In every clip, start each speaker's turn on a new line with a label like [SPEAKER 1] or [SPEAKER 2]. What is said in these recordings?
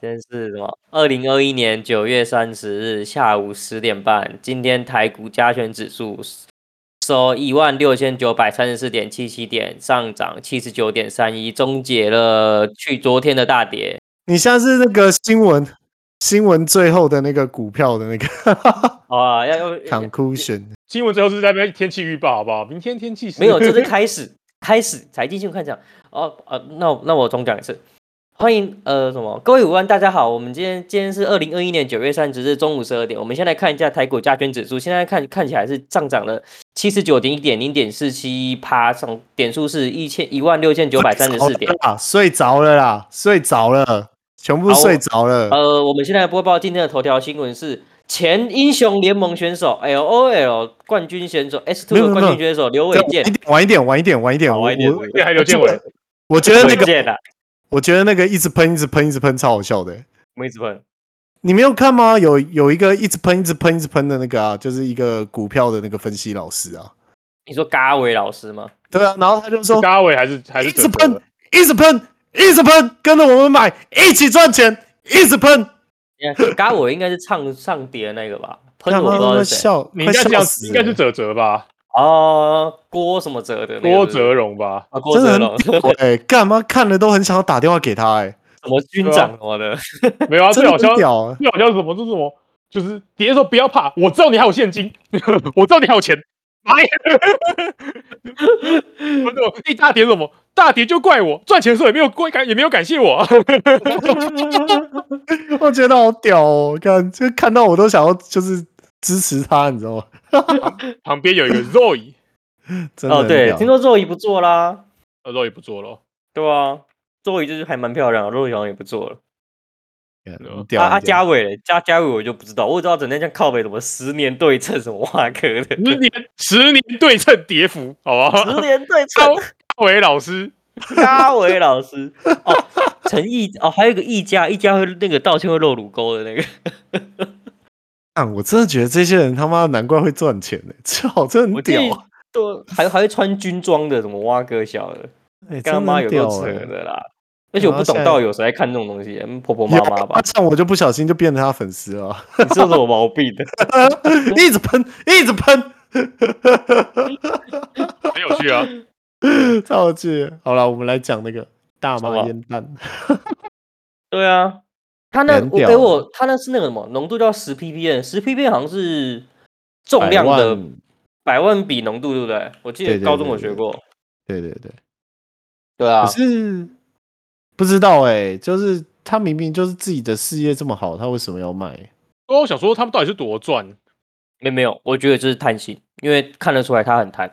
[SPEAKER 1] 今天是什么？二零二一年九月三十日下午十点半，今天台股加权指数收一万六千九百三十四点七七点，上涨七十九点三一，终结了去昨天的大跌。
[SPEAKER 2] 你像是那个新闻新闻最后的那个股票的那 个
[SPEAKER 1] 好啊，要要
[SPEAKER 2] conclusion，
[SPEAKER 3] 新闻最后是在那边天气预报，好不好？明天天气是
[SPEAKER 1] 没有，这是开始，开始财经新闻看讲哦，呃，那我那我重讲一次，欢迎呃什么各位午安，大家好，我们今天今天是二零二一年九月三十日中午十二点，我们先来看一下台股加权指数，现在看看起来是上涨了七十九点一点零点四七趴，上点数是一千一万六千九百三十四点。
[SPEAKER 2] 啊， 睡着了啦，睡着了，全部
[SPEAKER 1] 好
[SPEAKER 2] 睡着了。
[SPEAKER 1] 呃，我们现在播报今天的头条新闻是前英雄联盟选手 LOL 冠军选手 S Two
[SPEAKER 2] 没有
[SPEAKER 1] 的
[SPEAKER 2] 没有
[SPEAKER 1] 冠军选手刘伟
[SPEAKER 2] 再
[SPEAKER 1] 健，
[SPEAKER 2] 晚一点，晚一点，晚一点，
[SPEAKER 1] 好
[SPEAKER 2] 晚
[SPEAKER 1] 晚
[SPEAKER 2] 一
[SPEAKER 1] 一
[SPEAKER 2] 点。
[SPEAKER 1] 点
[SPEAKER 2] 我
[SPEAKER 1] 晚一
[SPEAKER 3] 对， 还有刘建伟，
[SPEAKER 2] 我觉得那
[SPEAKER 1] 伟
[SPEAKER 2] 个，
[SPEAKER 1] 健啊，
[SPEAKER 2] 我觉得那个一直喷，一直喷，一直喷，超好笑的欸、
[SPEAKER 1] 梅子鹏，
[SPEAKER 2] 你没有看吗？有有一个一直喷、一直喷、一直喷的那个啊，就是一个股票的那个分析老师啊。
[SPEAKER 1] 你说嘎伟老师吗？
[SPEAKER 2] 对啊，然后他 就说
[SPEAKER 3] 是大伟还是还
[SPEAKER 2] 一
[SPEAKER 3] 是
[SPEAKER 2] 直
[SPEAKER 3] 哲哲
[SPEAKER 2] 喷、一直喷、一直喷，跟着我们买，一起赚钱，一直喷。
[SPEAKER 1] 嘎我应该是唱上碟那个吧？喷
[SPEAKER 2] 干
[SPEAKER 1] 我不
[SPEAKER 2] 嘛
[SPEAKER 1] 知
[SPEAKER 2] 那
[SPEAKER 1] 道是
[SPEAKER 2] 么
[SPEAKER 1] 谁
[SPEAKER 2] 笑？
[SPEAKER 3] 你
[SPEAKER 2] 快
[SPEAKER 3] 应该
[SPEAKER 2] 笑
[SPEAKER 3] 这样
[SPEAKER 2] 死，
[SPEAKER 3] 应该是哲哲吧，
[SPEAKER 1] 哦，郭什么哲的那个
[SPEAKER 3] 郭
[SPEAKER 1] 是不是
[SPEAKER 3] 哲荣吧？
[SPEAKER 1] 啊，郭
[SPEAKER 2] 真的
[SPEAKER 1] 哲
[SPEAKER 2] 很
[SPEAKER 1] 龙
[SPEAKER 2] 屌哎，干嘛看了都很想要打电话给他哎，
[SPEAKER 1] 什么军
[SPEAKER 3] 对啊
[SPEAKER 1] 长什么的，
[SPEAKER 3] 没有啊，
[SPEAKER 2] 真
[SPEAKER 3] 最
[SPEAKER 2] 的
[SPEAKER 3] 好笑
[SPEAKER 2] 很，屌啊！
[SPEAKER 3] 最好笑是什么？就是什么？就是跌的时候不要怕，我知道你还有现金， 我知道你还有钱。妈呀！ 我怎么一大跌什么？大跌就怪我，赚钱的时候也没有怪感，也没有感谢我。
[SPEAKER 2] 我觉得好屌哦，看这看到我都想要就是支持他，你知道吗？
[SPEAKER 3] 旁边 有一个 Roy，
[SPEAKER 2] 真的
[SPEAKER 1] 哦，
[SPEAKER 2] 很
[SPEAKER 1] 对，
[SPEAKER 2] 屌
[SPEAKER 1] 听说若仪不做啦，
[SPEAKER 3] 呃，Roy 不做了。
[SPEAKER 1] 对啊，若仪就是还蛮漂亮的，若仪好像也不做了。
[SPEAKER 2] 很屌
[SPEAKER 1] 啊啊，
[SPEAKER 2] 很屌
[SPEAKER 1] 嘉伟嘞，嘉嘉伟我就不知道，我只知道整天像靠北什么十年对称什么挖科
[SPEAKER 3] 十
[SPEAKER 1] 的，
[SPEAKER 3] 年十年对称跌幅，好不
[SPEAKER 1] 十
[SPEAKER 3] 好？
[SPEAKER 1] 年对
[SPEAKER 3] 高
[SPEAKER 1] 称，
[SPEAKER 3] 高伟老师，
[SPEAKER 1] 嘉伟老师哦，陈毅哦，还有一个易家，易家会那个道歉会露乳沟的那个。
[SPEAKER 2] 干我真的觉得这些人他妈难怪会赚钱呢、操，这很
[SPEAKER 1] 我记
[SPEAKER 2] 屌
[SPEAKER 1] 得
[SPEAKER 2] 啊！
[SPEAKER 1] 对，还还会穿军装的，什么蛙哥小的，
[SPEAKER 2] 哎
[SPEAKER 1] 干他妈有够扯。
[SPEAKER 2] 真的很屌哎
[SPEAKER 1] 的啦！而且我
[SPEAKER 2] 然后
[SPEAKER 1] 不懂
[SPEAKER 2] 现在
[SPEAKER 1] 到底有谁在看这种东西，嗯婆婆妈
[SPEAKER 2] 有
[SPEAKER 1] 妈吧？
[SPEAKER 2] 像啊我就不小心就变成他粉丝了，
[SPEAKER 1] 你是不是有毛病的？
[SPEAKER 2] 一直喷，一直喷，
[SPEAKER 3] 很有趣 啊。
[SPEAKER 2] 超有趣。好了，我们来讲那个大
[SPEAKER 1] 什
[SPEAKER 2] 麻
[SPEAKER 1] 么
[SPEAKER 2] 烟弹，
[SPEAKER 1] 对啊，他那
[SPEAKER 2] 很
[SPEAKER 1] 我
[SPEAKER 2] 屌啊
[SPEAKER 1] 给我他那是那个什么浓度叫十 ppm，十 ppm 好像是重量
[SPEAKER 2] 百
[SPEAKER 1] 的
[SPEAKER 2] 万
[SPEAKER 1] 百万比浓度，对不对？我记
[SPEAKER 2] 对
[SPEAKER 1] 得
[SPEAKER 2] 对
[SPEAKER 1] 高中
[SPEAKER 2] 对
[SPEAKER 1] 我学
[SPEAKER 2] 对
[SPEAKER 1] 过。
[SPEAKER 2] 对对对，
[SPEAKER 1] 对
[SPEAKER 2] 可
[SPEAKER 1] 啊，
[SPEAKER 2] 是不知道哎、就是他明明就是自己的事业这么好，他为什么要卖？
[SPEAKER 3] 哦，我想说他们到底是多赚？
[SPEAKER 1] 没没有，我觉得这是贪心，因为看得出来他很贪。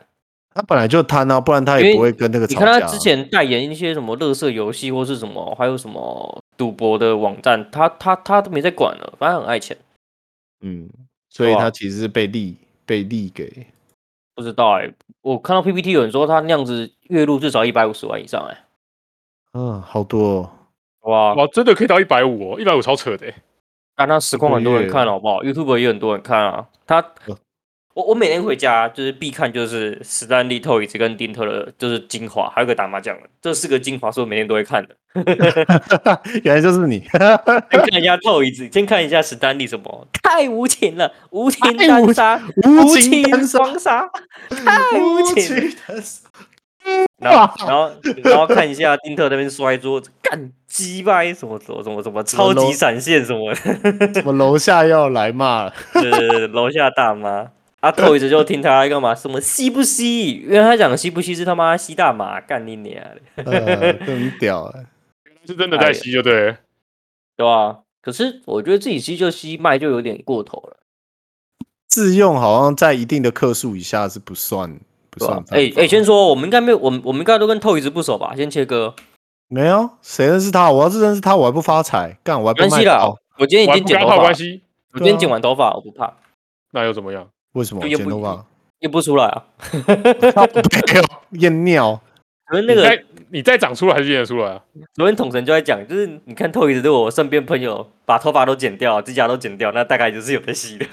[SPEAKER 2] 他本来就贪啊，不然他
[SPEAKER 1] 因
[SPEAKER 2] 也
[SPEAKER 1] 为
[SPEAKER 2] 不会跟那个
[SPEAKER 1] 你
[SPEAKER 2] 吵
[SPEAKER 1] 看
[SPEAKER 2] 架啊。
[SPEAKER 1] 他之前代言一些什么乐色游戏或是什么，还有什么赌博的网站，他他他都没在管了，反正很爱钱。
[SPEAKER 2] 嗯，所以
[SPEAKER 1] 对啊
[SPEAKER 2] 他其实是被利被利给
[SPEAKER 1] 不知道哎、我看到 PPT 有人说他那样子月入至少一百五十万以上哎、
[SPEAKER 2] 嗯，好多、哦。
[SPEAKER 1] 哇，
[SPEAKER 3] 哇，真的可以到一百五哦，一百五超扯的欸。
[SPEAKER 1] 那他实况
[SPEAKER 2] 个
[SPEAKER 1] 很多人
[SPEAKER 2] 月
[SPEAKER 1] 看好不好？YouTube 也很多人看啊。他
[SPEAKER 2] 呃，
[SPEAKER 1] 我我每天回家就是必看就是史丹利、透椅子跟丁特的，就是精华，还有个打麻将的，这四个精华是我每天都会看的。
[SPEAKER 2] 原来就是你，
[SPEAKER 1] 先看一下透椅子， 先看一下史丹利什么，太无情了，无情
[SPEAKER 2] 太无
[SPEAKER 1] 单杀，
[SPEAKER 2] 无
[SPEAKER 1] 无
[SPEAKER 2] 情
[SPEAKER 1] 情
[SPEAKER 2] 单杀，
[SPEAKER 1] 双杀，太无情了。
[SPEAKER 2] 单杀。
[SPEAKER 1] 然后，然后，然后看一下丁特那边摔桌子，干鸡掰什么什么什么什么超级闪现什么的，
[SPEAKER 2] 我楼下要来骂了，
[SPEAKER 1] 就是楼下大妈。阿透一直就听他干嘛？什么吸不吸？原来他讲的吸不吸是他妈吸大麻，干你娘的，
[SPEAKER 2] 呃，这很屌哎、
[SPEAKER 3] 是真的在吸就对了。
[SPEAKER 1] 对吧、可是我觉得自己吸就吸，卖就有点过头了，
[SPEAKER 2] 自用好像在一定的克数以下是不算不啊
[SPEAKER 1] 对吧
[SPEAKER 2] 算？
[SPEAKER 1] 哎
[SPEAKER 2] 犯
[SPEAKER 1] 哎、
[SPEAKER 2] 法。
[SPEAKER 1] 先说，我们应该没有，我们我们应该都跟透一直不熟吧？先切割，
[SPEAKER 2] 没有谁认识他？我要是认识他，我还不发财，干我还
[SPEAKER 1] 没
[SPEAKER 2] 不卖哦
[SPEAKER 1] 关系啦
[SPEAKER 2] 爆，
[SPEAKER 1] 我今天已
[SPEAKER 3] 我还
[SPEAKER 1] 经
[SPEAKER 3] 不跟
[SPEAKER 1] 剪
[SPEAKER 3] 他
[SPEAKER 1] 头
[SPEAKER 3] 靠
[SPEAKER 1] 发
[SPEAKER 3] 关
[SPEAKER 1] 了，
[SPEAKER 3] 系，
[SPEAKER 1] 我今天
[SPEAKER 2] 对
[SPEAKER 1] 剪
[SPEAKER 2] 啊
[SPEAKER 1] 完头发，我不怕，
[SPEAKER 3] 那又怎么样？
[SPEAKER 2] 为什么
[SPEAKER 1] 就也
[SPEAKER 2] 剪
[SPEAKER 1] 不
[SPEAKER 2] 头发？
[SPEAKER 1] 验不出来啊。
[SPEAKER 2] 没有哦验尿，
[SPEAKER 1] 昨天那
[SPEAKER 3] 你
[SPEAKER 1] 个
[SPEAKER 3] 再你再长出来还是验得出来啊？
[SPEAKER 1] 昨天统神就在讲，就是你看透一直对我身边朋友把头发都剪掉，指甲都剪掉，那大概就是有在洗的，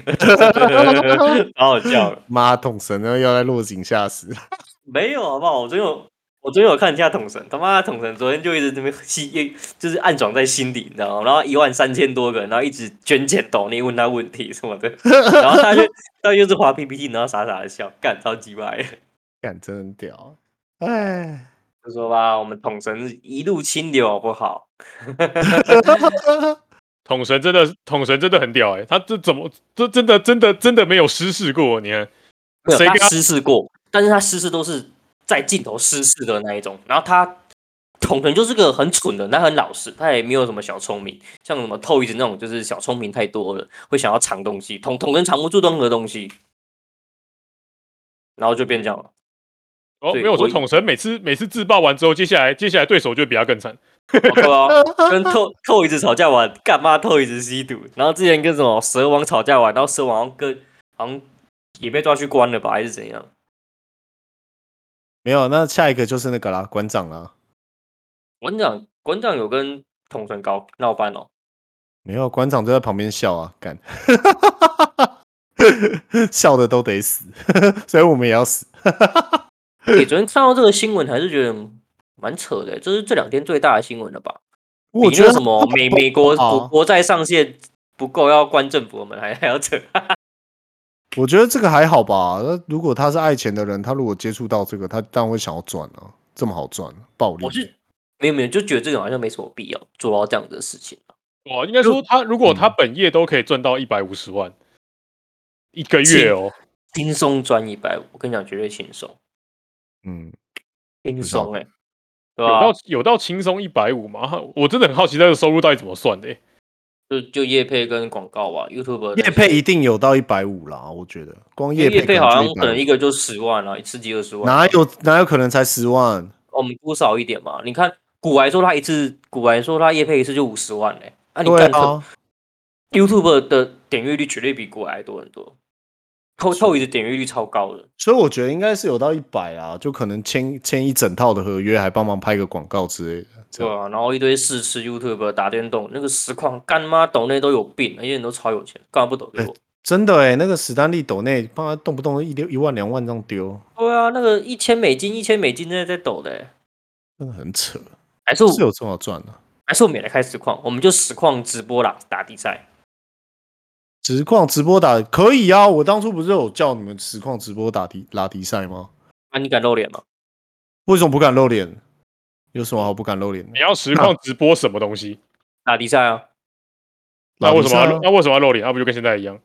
[SPEAKER 1] 好好笑了。
[SPEAKER 2] 妈桶神呢要在落井下石，
[SPEAKER 1] 没有啊好不好？我昨天有我昨天有看一下统神，他妈统神昨天就一直这边吸，就是暗爽在心里，你知道吗？然后一万三千多个人，然后一直捐钱抖你问他问题什么的，然后他就他就是滑 PPT，然后傻傻的笑，干超级白。
[SPEAKER 2] 干真的很屌，哎。
[SPEAKER 1] 就说吧，我们统神是一路清流好不好？
[SPEAKER 3] 统神真的，统神真的很屌哎、他这怎么这真的真的真的没有失事过？你看，
[SPEAKER 1] 没有，
[SPEAKER 3] 谁
[SPEAKER 1] 他
[SPEAKER 3] 跟他
[SPEAKER 1] 失事过，但是他失事都是在镜头失事的那一种。然后他统神就是个很蠢的，他很老实，他也没有什么小聪明，像什么透一子那种，就是小聪明太多了，会想要藏东西，统统神藏不住任何东西，然后就变这样了。
[SPEAKER 3] 哦，
[SPEAKER 1] 对
[SPEAKER 3] 没有我说
[SPEAKER 1] 我
[SPEAKER 3] 统神每次每次自爆完之后，接下来接下来对手就比他更惨。
[SPEAKER 1] 哦对啊，跟透透一子吵架完，干嘛透一子吸毒？然后之前跟什么蛇王吵架完，然后蛇王好像跟好像也被抓去关了吧，还是怎样？
[SPEAKER 2] 没有，那下一个就是那个啦，馆长啦。
[SPEAKER 1] 馆长馆长有跟统神搞闹翻哦。
[SPEAKER 2] 没有，馆长就在旁边笑啊，干， 笑的都得死， 所以我们也要死。
[SPEAKER 1] 欸，昨天看到这个新闻还是觉得蛮扯的，这是这两天最大的新闻了吧？
[SPEAKER 2] 我
[SPEAKER 1] 比
[SPEAKER 2] 觉
[SPEAKER 1] 那
[SPEAKER 2] 得
[SPEAKER 1] 什么美美国国
[SPEAKER 2] 好，啊
[SPEAKER 1] 国债上限不够，要关政府门还 还要扯。
[SPEAKER 2] 我觉得这个还好吧。那如果他是爱钱的人，他如果接触到这个，他当然会想要赚啊，这么好赚，暴利。
[SPEAKER 1] 我是没有没有，就觉得这种好像没什么必要做到这样子的事情。啊
[SPEAKER 3] 哇，哦应该说他如果
[SPEAKER 1] 嗯
[SPEAKER 3] 他本业都可以赚到一百五十万一个月哦，
[SPEAKER 1] 轻松赚一百五，我跟你讲，绝对轻松，
[SPEAKER 2] 嗯，
[SPEAKER 1] 轻
[SPEAKER 2] 知道
[SPEAKER 1] 松哎、对
[SPEAKER 3] 有
[SPEAKER 1] 吧、
[SPEAKER 3] 到有到轻松一百五吗？ 我真的很好奇他的收入到底怎么算的、欸。
[SPEAKER 1] 就就业配跟广告啊吧，YouTube
[SPEAKER 2] 业配一定有到一百五啦，我觉得光业
[SPEAKER 1] 业
[SPEAKER 2] 配
[SPEAKER 1] 配好像可
[SPEAKER 2] 可
[SPEAKER 1] 能一
[SPEAKER 2] 能
[SPEAKER 1] 个就十万了、啊，次级二十
[SPEAKER 2] 150
[SPEAKER 1] 万，哦
[SPEAKER 2] 哪有哪有可能才十万？
[SPEAKER 1] 我们估少一点嘛？你看古玩说他一次，古玩说他业配一次就五十万嘞、啊你
[SPEAKER 2] 对
[SPEAKER 1] 干
[SPEAKER 2] 啊，
[SPEAKER 1] YouTube 的点阅率绝对比国外多很多，透透一的点阅率超高的。
[SPEAKER 2] 所以我觉得应该是有到一百啊，就可能签签一整套的合约，还帮忙拍个广告之类的。这
[SPEAKER 1] 对
[SPEAKER 2] 样
[SPEAKER 1] 啊，然后一堆试吃 YouTube 打电动，那个实况干妈抖内都有病，那些人都超有钱，干嘛不抖给我？
[SPEAKER 2] 真的哎，那个史丹利斗内，帮他动不动一丢一万两万这样丢，
[SPEAKER 1] 对啊，那个一千美金一千美金在在抖的欸、
[SPEAKER 2] 真的很扯，
[SPEAKER 1] 还是我
[SPEAKER 2] 是有这么好赚的、
[SPEAKER 1] 还是我们也来开实况，我们就实况直播啦，打比赛。
[SPEAKER 2] 实况直播打可以啊，我当初不是有叫你们实况直播打题拉题赛吗？
[SPEAKER 1] 啊，你敢露脸吗？
[SPEAKER 2] 为什么不敢露脸？有什么好不敢露脸的
[SPEAKER 3] 你？要实 况直播什么东西？
[SPEAKER 1] 打比赛啊，
[SPEAKER 3] 那为什么
[SPEAKER 2] 拉
[SPEAKER 3] 要
[SPEAKER 2] 迪赛
[SPEAKER 3] 露
[SPEAKER 2] 啊
[SPEAKER 3] 那为什么要露脸？那不就跟现在一样？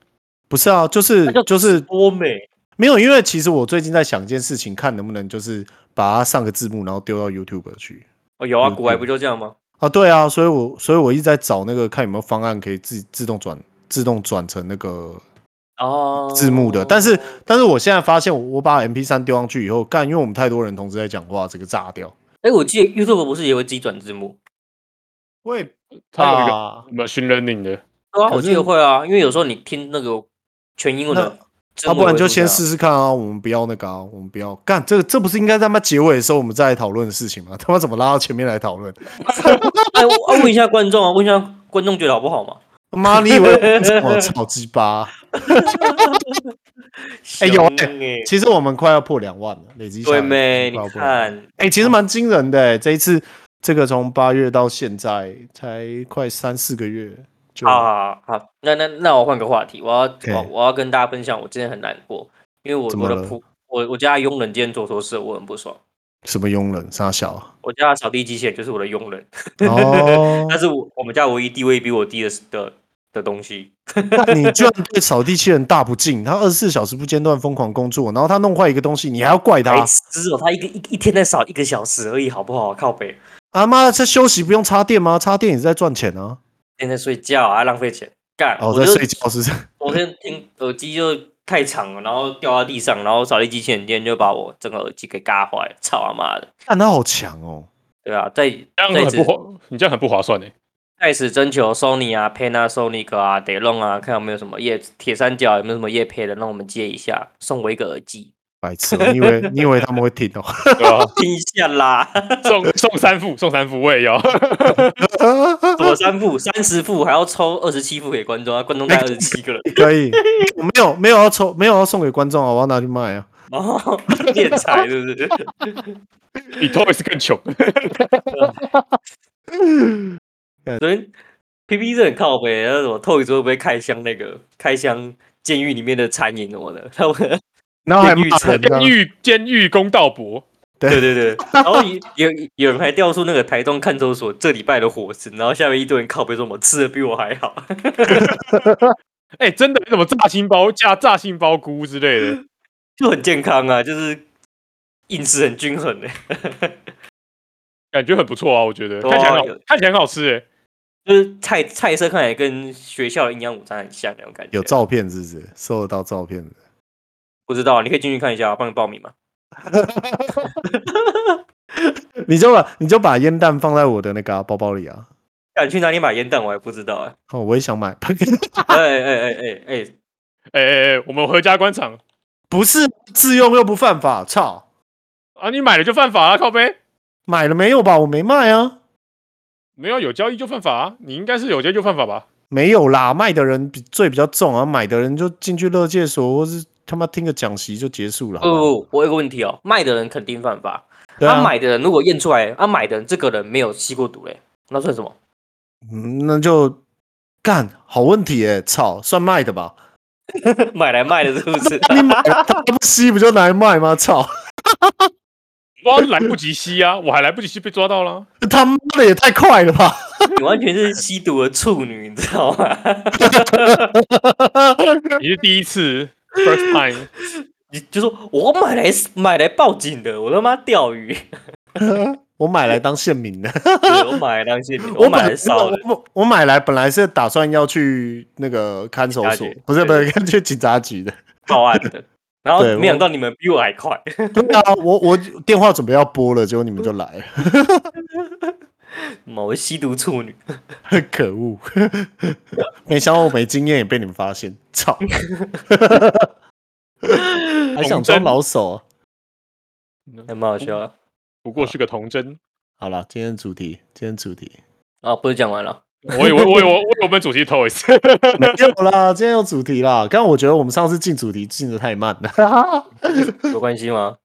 [SPEAKER 2] 不是啊，就是
[SPEAKER 1] 那叫
[SPEAKER 2] 就是
[SPEAKER 1] 多美
[SPEAKER 2] 没有，因为其实我最近在想一件事情，看能不能就是把它上个字幕，然后丢到 YouTube 去
[SPEAKER 1] 哦！有啊，
[SPEAKER 2] 嗯
[SPEAKER 1] 古玩
[SPEAKER 2] 对
[SPEAKER 1] 不就这样吗？
[SPEAKER 2] 啊。对啊，所以我所以我一直在找那个看有没有方案可以自自动转自动转成那个
[SPEAKER 1] 哦，
[SPEAKER 2] 字幕的，但是但是我现在发现我，我把 M P 三丢上去以后，干，因为我们太多人同时在讲话，这个炸掉。
[SPEAKER 1] 哎、我记得 YouTube 不是也会自己转字幕？
[SPEAKER 2] 会
[SPEAKER 3] 它有一
[SPEAKER 1] 啊
[SPEAKER 3] 个
[SPEAKER 2] 吧？
[SPEAKER 3] 什么 machine learning 的？
[SPEAKER 1] 对啊，
[SPEAKER 2] 可
[SPEAKER 1] 我记得
[SPEAKER 2] 是
[SPEAKER 1] 会啊，因为有时候你听那个全英文的字幕
[SPEAKER 2] 要、不
[SPEAKER 1] 也会出现啊，
[SPEAKER 2] 然就先试试看啊！我们不要那个啊，我们不要干这个，这不是应该在他妈结尾的时候我们再来讨论的事情吗？他 妈怎么拉到前面来讨论？
[SPEAKER 1] 哎。我啊，问一下观众啊，问一下观众觉得好不好嘛？
[SPEAKER 2] 他妈，你以为我炒鸡巴？ 哎有哎
[SPEAKER 1] 香哎
[SPEAKER 2] 其实我们快要破两万了，累积下来
[SPEAKER 1] 对没？
[SPEAKER 2] 快要
[SPEAKER 1] 你
[SPEAKER 2] 破两万
[SPEAKER 1] 看，
[SPEAKER 2] 哎、其实蛮惊人的、欸，这一次这个从八月到现在才快三四个月就
[SPEAKER 1] 好好好好，那那那我换个话题，我要我
[SPEAKER 2] 啊嘿
[SPEAKER 1] 我要跟大家分享，我今天很难过，因为我
[SPEAKER 2] 怎
[SPEAKER 1] 我
[SPEAKER 2] 么
[SPEAKER 1] 的
[SPEAKER 2] 了
[SPEAKER 1] 仆我我家佣人今天做错事，我很不爽。
[SPEAKER 2] 什么佣人傻小啊
[SPEAKER 1] 我家的扫地机器人就是我的佣人，
[SPEAKER 2] 哦
[SPEAKER 1] 但是我我们家唯一地位比我低的的的东西，
[SPEAKER 2] 但你居然对扫地机器人大不敬，他二十四小时不间断疯狂工作，然后他弄坏一个东西，你还要怪
[SPEAKER 1] 白
[SPEAKER 2] 他？
[SPEAKER 1] 痴哦，他一个一一天在扫一个小时而已，好不好？靠北。
[SPEAKER 2] 啊妈，这休息不用插电吗？插电也是在赚钱啊！
[SPEAKER 1] 天天睡觉啊，浪费钱。干，
[SPEAKER 2] 哦，
[SPEAKER 1] 我
[SPEAKER 2] 在
[SPEAKER 1] 就
[SPEAKER 2] 睡觉是不是？
[SPEAKER 1] 昨天听耳机就太长了，然后掉到地上，然后扫地机器人今天就把我整个耳机给嘎坏了，操他妈的！
[SPEAKER 2] 看他好强哦！
[SPEAKER 1] 对啊，在
[SPEAKER 3] 这样
[SPEAKER 1] 在
[SPEAKER 3] 很
[SPEAKER 1] 此
[SPEAKER 3] 不划，你这样很不划算欸呢。
[SPEAKER 1] 在此征求 Sony 啊、Panasonic 啊、d e l o n 啊，看有没有什么业铁三角有没有什么业配的，让我们接一下，送我一个耳机，
[SPEAKER 2] 白痴哦，你以为你以为他们会听哦？
[SPEAKER 3] 对吧？
[SPEAKER 1] 听一下啦，
[SPEAKER 3] 送送三副，送三副我也 要。
[SPEAKER 1] 左三副、三十副，还要抽二十七副给观众啊，观众带二十七个人，
[SPEAKER 2] 可以，我没有没有要抽，没有要送给观众啊，我要拿去卖啊。
[SPEAKER 1] 然 后敛财哦是不是？
[SPEAKER 3] 比 Toys 更穷，
[SPEAKER 1] 昨天 P P 是很靠北，那什么透一会不会开箱那个开箱监狱里面的餐饮什么的，他们
[SPEAKER 2] 然后还
[SPEAKER 1] 监狱
[SPEAKER 2] 骂
[SPEAKER 1] 车
[SPEAKER 2] 人啊呢
[SPEAKER 3] 监，狱监狱公道博，
[SPEAKER 1] 对 对对，然后有有有人还调出那个台中看守所这礼拜的伙食，然后下面一堆人靠背说什么吃的比我还好，
[SPEAKER 3] 哎、真的什么炸心包炸炸心包菇之类 的，
[SPEAKER 1] 就很健康啊，就是饮食很均衡的、
[SPEAKER 3] 感觉很不错啊，我觉得
[SPEAKER 1] 对
[SPEAKER 3] 看起来很好
[SPEAKER 1] 有
[SPEAKER 3] 看起来很好吃哎、
[SPEAKER 1] 就是菜菜色看起来跟学校的营养午餐很像那种感觉。
[SPEAKER 2] 有照片是不是？收得到照片的，
[SPEAKER 1] 不知道，你可以进去看一下，啊帮你报名嘛。
[SPEAKER 2] 你就把你就把烟弹放在我的那个啊、包包里啊。
[SPEAKER 1] 敢去哪里买烟弹我还不知道 啊
[SPEAKER 2] 哦，我也想买，
[SPEAKER 1] 哎哎哎哎哎，
[SPEAKER 3] 哎哎哎，我们合家观赏
[SPEAKER 2] 不是自用又不犯法，操！
[SPEAKER 3] 啊，你买了就犯法啊，靠背
[SPEAKER 2] 买了没有吧？我没卖啊，
[SPEAKER 3] 没有有交易就犯法啊，你应该是有交易就犯法吧？
[SPEAKER 2] 没有啦。卖的人比罪比较重啊，买的人就进去乐界所，或是他妈听个讲习就结束了。好
[SPEAKER 1] 不
[SPEAKER 2] 不好
[SPEAKER 1] 不不，我有个问题哦，卖的人肯定犯法，
[SPEAKER 2] 对
[SPEAKER 1] 他
[SPEAKER 2] 啊，
[SPEAKER 1] 买的人如果验出来，他、买的人这个人没有吸过毒嘞，那算什么？
[SPEAKER 2] 嗯，那就干好问题耶、操，算卖的吧？
[SPEAKER 1] 买来卖的是不 是？
[SPEAKER 2] 你买了他不吸不就拿来卖吗？操，
[SPEAKER 3] 我来不及吸啊，我还来不及吸被抓到了，啊
[SPEAKER 2] 他妈的也太快了吧！
[SPEAKER 1] 你完全是吸毒的处女，你知道吗？
[SPEAKER 3] 你是第一次 first time，
[SPEAKER 1] 你就说我买来买来报警的，我他妈钓 鱼，
[SPEAKER 2] 我买来当县 民的，
[SPEAKER 1] 对我买来当泄密，
[SPEAKER 2] 我
[SPEAKER 1] 买来
[SPEAKER 2] 本
[SPEAKER 1] 烧的。
[SPEAKER 2] 我我买来本来是打算要去那个看守
[SPEAKER 1] 警察
[SPEAKER 2] 所
[SPEAKER 1] 局，
[SPEAKER 2] 不是不
[SPEAKER 1] 啊对
[SPEAKER 2] 是， 去警察局的。
[SPEAKER 1] 报案的。然后
[SPEAKER 2] 对
[SPEAKER 1] 没
[SPEAKER 2] 我
[SPEAKER 1] 想到你们比我还快，
[SPEAKER 2] 对啊，我我电话准备要拨了，结果你们就来了，
[SPEAKER 1] 某吸毒处女，
[SPEAKER 2] 可恶！没想到我没经验也被你们发现， 操！还想装老手啊、
[SPEAKER 1] 还蛮好笑的。
[SPEAKER 3] 不过是个童真。
[SPEAKER 2] 好了，今天主题，今天主题
[SPEAKER 1] 哦，不是讲完了，
[SPEAKER 3] 我以为我以为我以为我们主题 Toys，
[SPEAKER 2] 没有啦，今天有主题啦。刚刚我觉得我们上次进主题进的太慢了，
[SPEAKER 1] 有关系吗？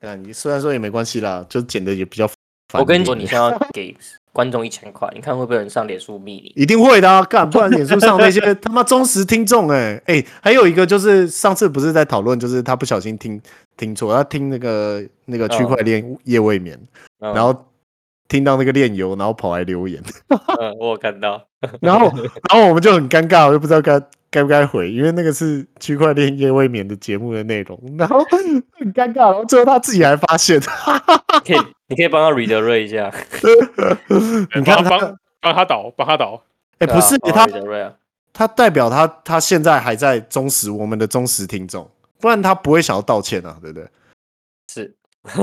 [SPEAKER 2] 但你虽然说也没关系啦，就剪的也比较烦一点。
[SPEAKER 1] 我跟你说，你现在要给观众一千块，你看会不会有人上脸书密你？
[SPEAKER 2] 一定会的、啊，干，不然脸书上那些 他妈忠实听众、欸，哎、还有一个就是上次不是在讨论，就是他不小心听听错，他听那个那个区块链夜未眠，
[SPEAKER 1] 嗯
[SPEAKER 2] 然后听到那个炼油，然后跑来留 言，
[SPEAKER 1] 嗯，我有看到，
[SPEAKER 2] 然后然后我们就很尴尬，我就不知道该该不该回，因为那个是区块链夜未眠的节目的内 容，然后很尴尬，然后最后他自己还发现，
[SPEAKER 1] 可以，你可以帮他 redirect 一下。
[SPEAKER 2] 你看他，
[SPEAKER 3] 帮帮帮他倒，帮他倒。
[SPEAKER 2] 哎、
[SPEAKER 1] 对
[SPEAKER 2] 不
[SPEAKER 1] 啊
[SPEAKER 2] 是
[SPEAKER 1] 帮
[SPEAKER 2] 他
[SPEAKER 1] redirect 啊
[SPEAKER 2] 他代表他他现在还在忠实我们的忠实听众，不然他不会想要道歉啊，对不对？
[SPEAKER 1] 是，